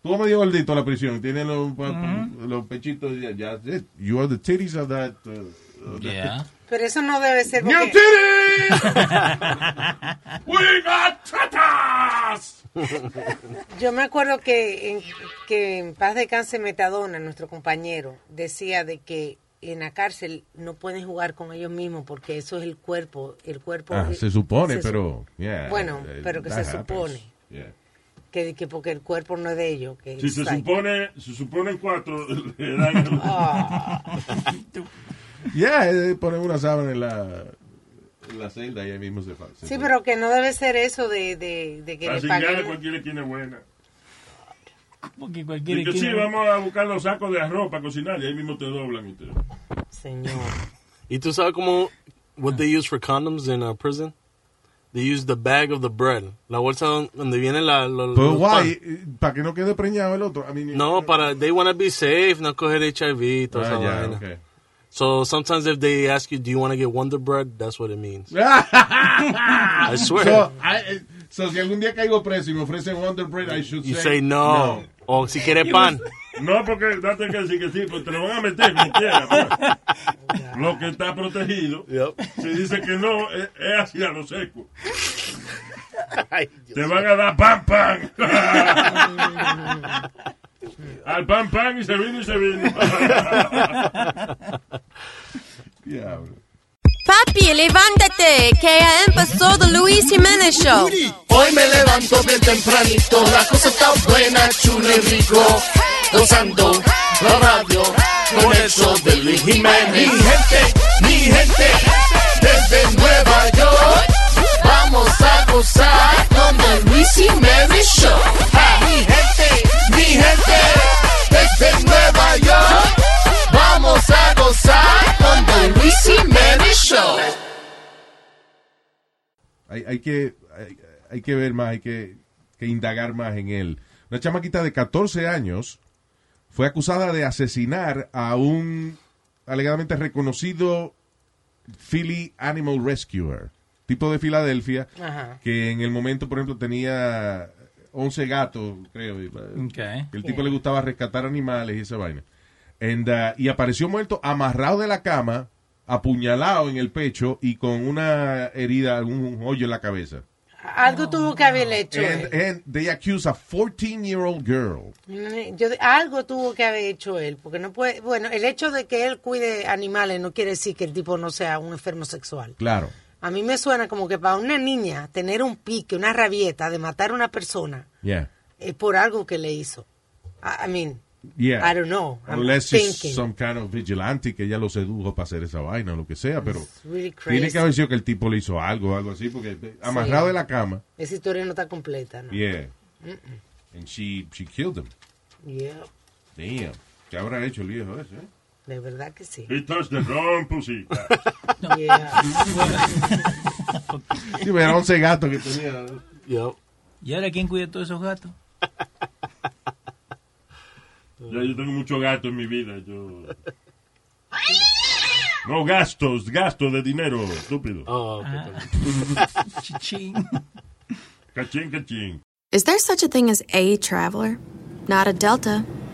S5: Tú vas medio gordito a la prisión, tiene los, pa- pa- los pechitos, ya, ya, ya. you are the titties of that. uh, of that-
S7: Yeah.
S6: Pero eso no debe ser porque...
S9: ¡New titties! ¡We got tatas!
S8: (laughs)
S6: Yo me acuerdo que en, que en paz de cáncer Metadona, nuestro compañero, decía de que en la cárcel no pueden jugar con ellos mismos porque eso es el cuerpo, el cuerpo.
S5: Ah, se supone,
S6: se su-
S5: pero. yeah,
S6: bueno,
S5: eh,
S6: pero que se
S5: that
S6: supone
S5: Yeah.
S6: que, que porque el cuerpo no es de ellos. Que
S9: Si se
S6: es-
S9: supone, se suponen cuatro, le dan el-
S6: Ah.
S5: Yeah, eh, ponen una sábana en la, en la celda y ahí mismo se pasa.
S6: Sí, pero que no debe ser eso de, de, de que
S9: La
S6: le
S9: chingada de
S6: paguen.
S9: cualquier esquina es buena.
S7: Porque cualquier
S9: Y que sí,
S7: equipo-
S9: vamos a buscar los sacos de arroz para cocinar y ahí mismo te doblan ustedes.
S6: Señor.
S8: ¿Y tú sabes cómo, what they use for condoms in uh, prison? They use the bag of the bread. La bolsa donde viene la... lo-
S5: Pero
S8: los
S5: guay,
S8: pan.
S5: para que no quede preñado el otro. I mean,
S8: No, para, they want to be safe, no coger HIV y toda esa
S5: Ah, ya,
S8: vaina.
S5: ok.
S8: So sometimes if they ask you, do you want to get Wonder Bread? That's what it means.
S5: I
S8: swear.
S5: (laughs) So, I- eh, so si algún día caigo preso y me ofrecen Wonder Bread, I should
S8: You
S5: say,
S8: say no. O si quieres pan.
S9: No, porque date que sí que sí, pues te lo van a meter como quiera. pero Lo que está protegido, si dice que no, es, es hacia lo
S8: (laughs)
S9: seco. te van a dar pan pan. Al pan pan y se vino y se vino.
S5: Diablo.
S11: Papi, levántate, que ha empezado Luis Jiménez Show.
S16: Hoy me levanto bien tempranito, la cosa está buena, chulo y rico. Gozando la radio con el show de Luis Jiménez. Mi gente, mi gente, desde Nueva York, vamos a gozar con el Luis Jiménez Show. Ah, Mi gente, mi gente, desde Nueva York, vamos a gozar con el Luis Jiménez Show.
S5: hay, hay que hay, hay que ver más, hay que, que indagar más en él. Una chamaquita de 14 años fue acusada de asesinar a un alegadamente reconocido Philly Animal Rescuer, tipo de Filadelfia,
S6: Ajá.
S5: que en el momento, por ejemplo, tenía 11 gatos, creo. y- El tipo le gustaba rescatar animales y esa vaina. And, uh, y apareció muerto, amarrado de la cama, apuñalado en el pecho y con una herida, un hoyo en la cabeza.
S6: Algo tuvo que haber hecho. eh. él.
S5: And, and they accuse a 14-year-old girl.
S6: Mm, Yo, algo tuvo que haber hecho él, porque no puede, bueno, el hecho de que él cuide animales no quiere decir que el tipo no sea un enfermo sexual.
S5: Claro.
S6: A mí me suena como que para una niña tener un pique, una rabieta de matar a una persona
S5: Yeah.
S6: es por algo que le hizo. I, I mean,
S5: Yeah.
S6: I don't know. I'm
S5: Unless
S6: thinking.
S5: it's some kind of vigilante que ella lo sedujo para hacer esa vaina o lo que sea, pero
S6: really
S5: tiene
S6: crazy.
S5: que haber sido que el tipo le hizo algo, algo así, porque amarrado de la cama.
S6: Esa historia no está completa, ¿no?
S5: Yeah.
S6: Mm-mm.
S5: And she, she killed him.
S6: Yeah,
S5: Damn. ¿Qué habrá hecho el viejo ese? eh?
S6: de verdad que sí.
S9: He touched the wrong pussy.
S6: (laughs) Yeah.
S5: Sí, pero era 11 gatos que tenía.
S7: ¿Y ahora quién cuida todos esos gatos?
S9: Ya yo tengo mucho gato en mi vida. Yo... No gastos, gastos de dinero, estúpido.
S7: Ah. (laughs) Chichín.
S9: Cachín, cachín.
S17: Is there such a thing as a traveler? Not a Delta,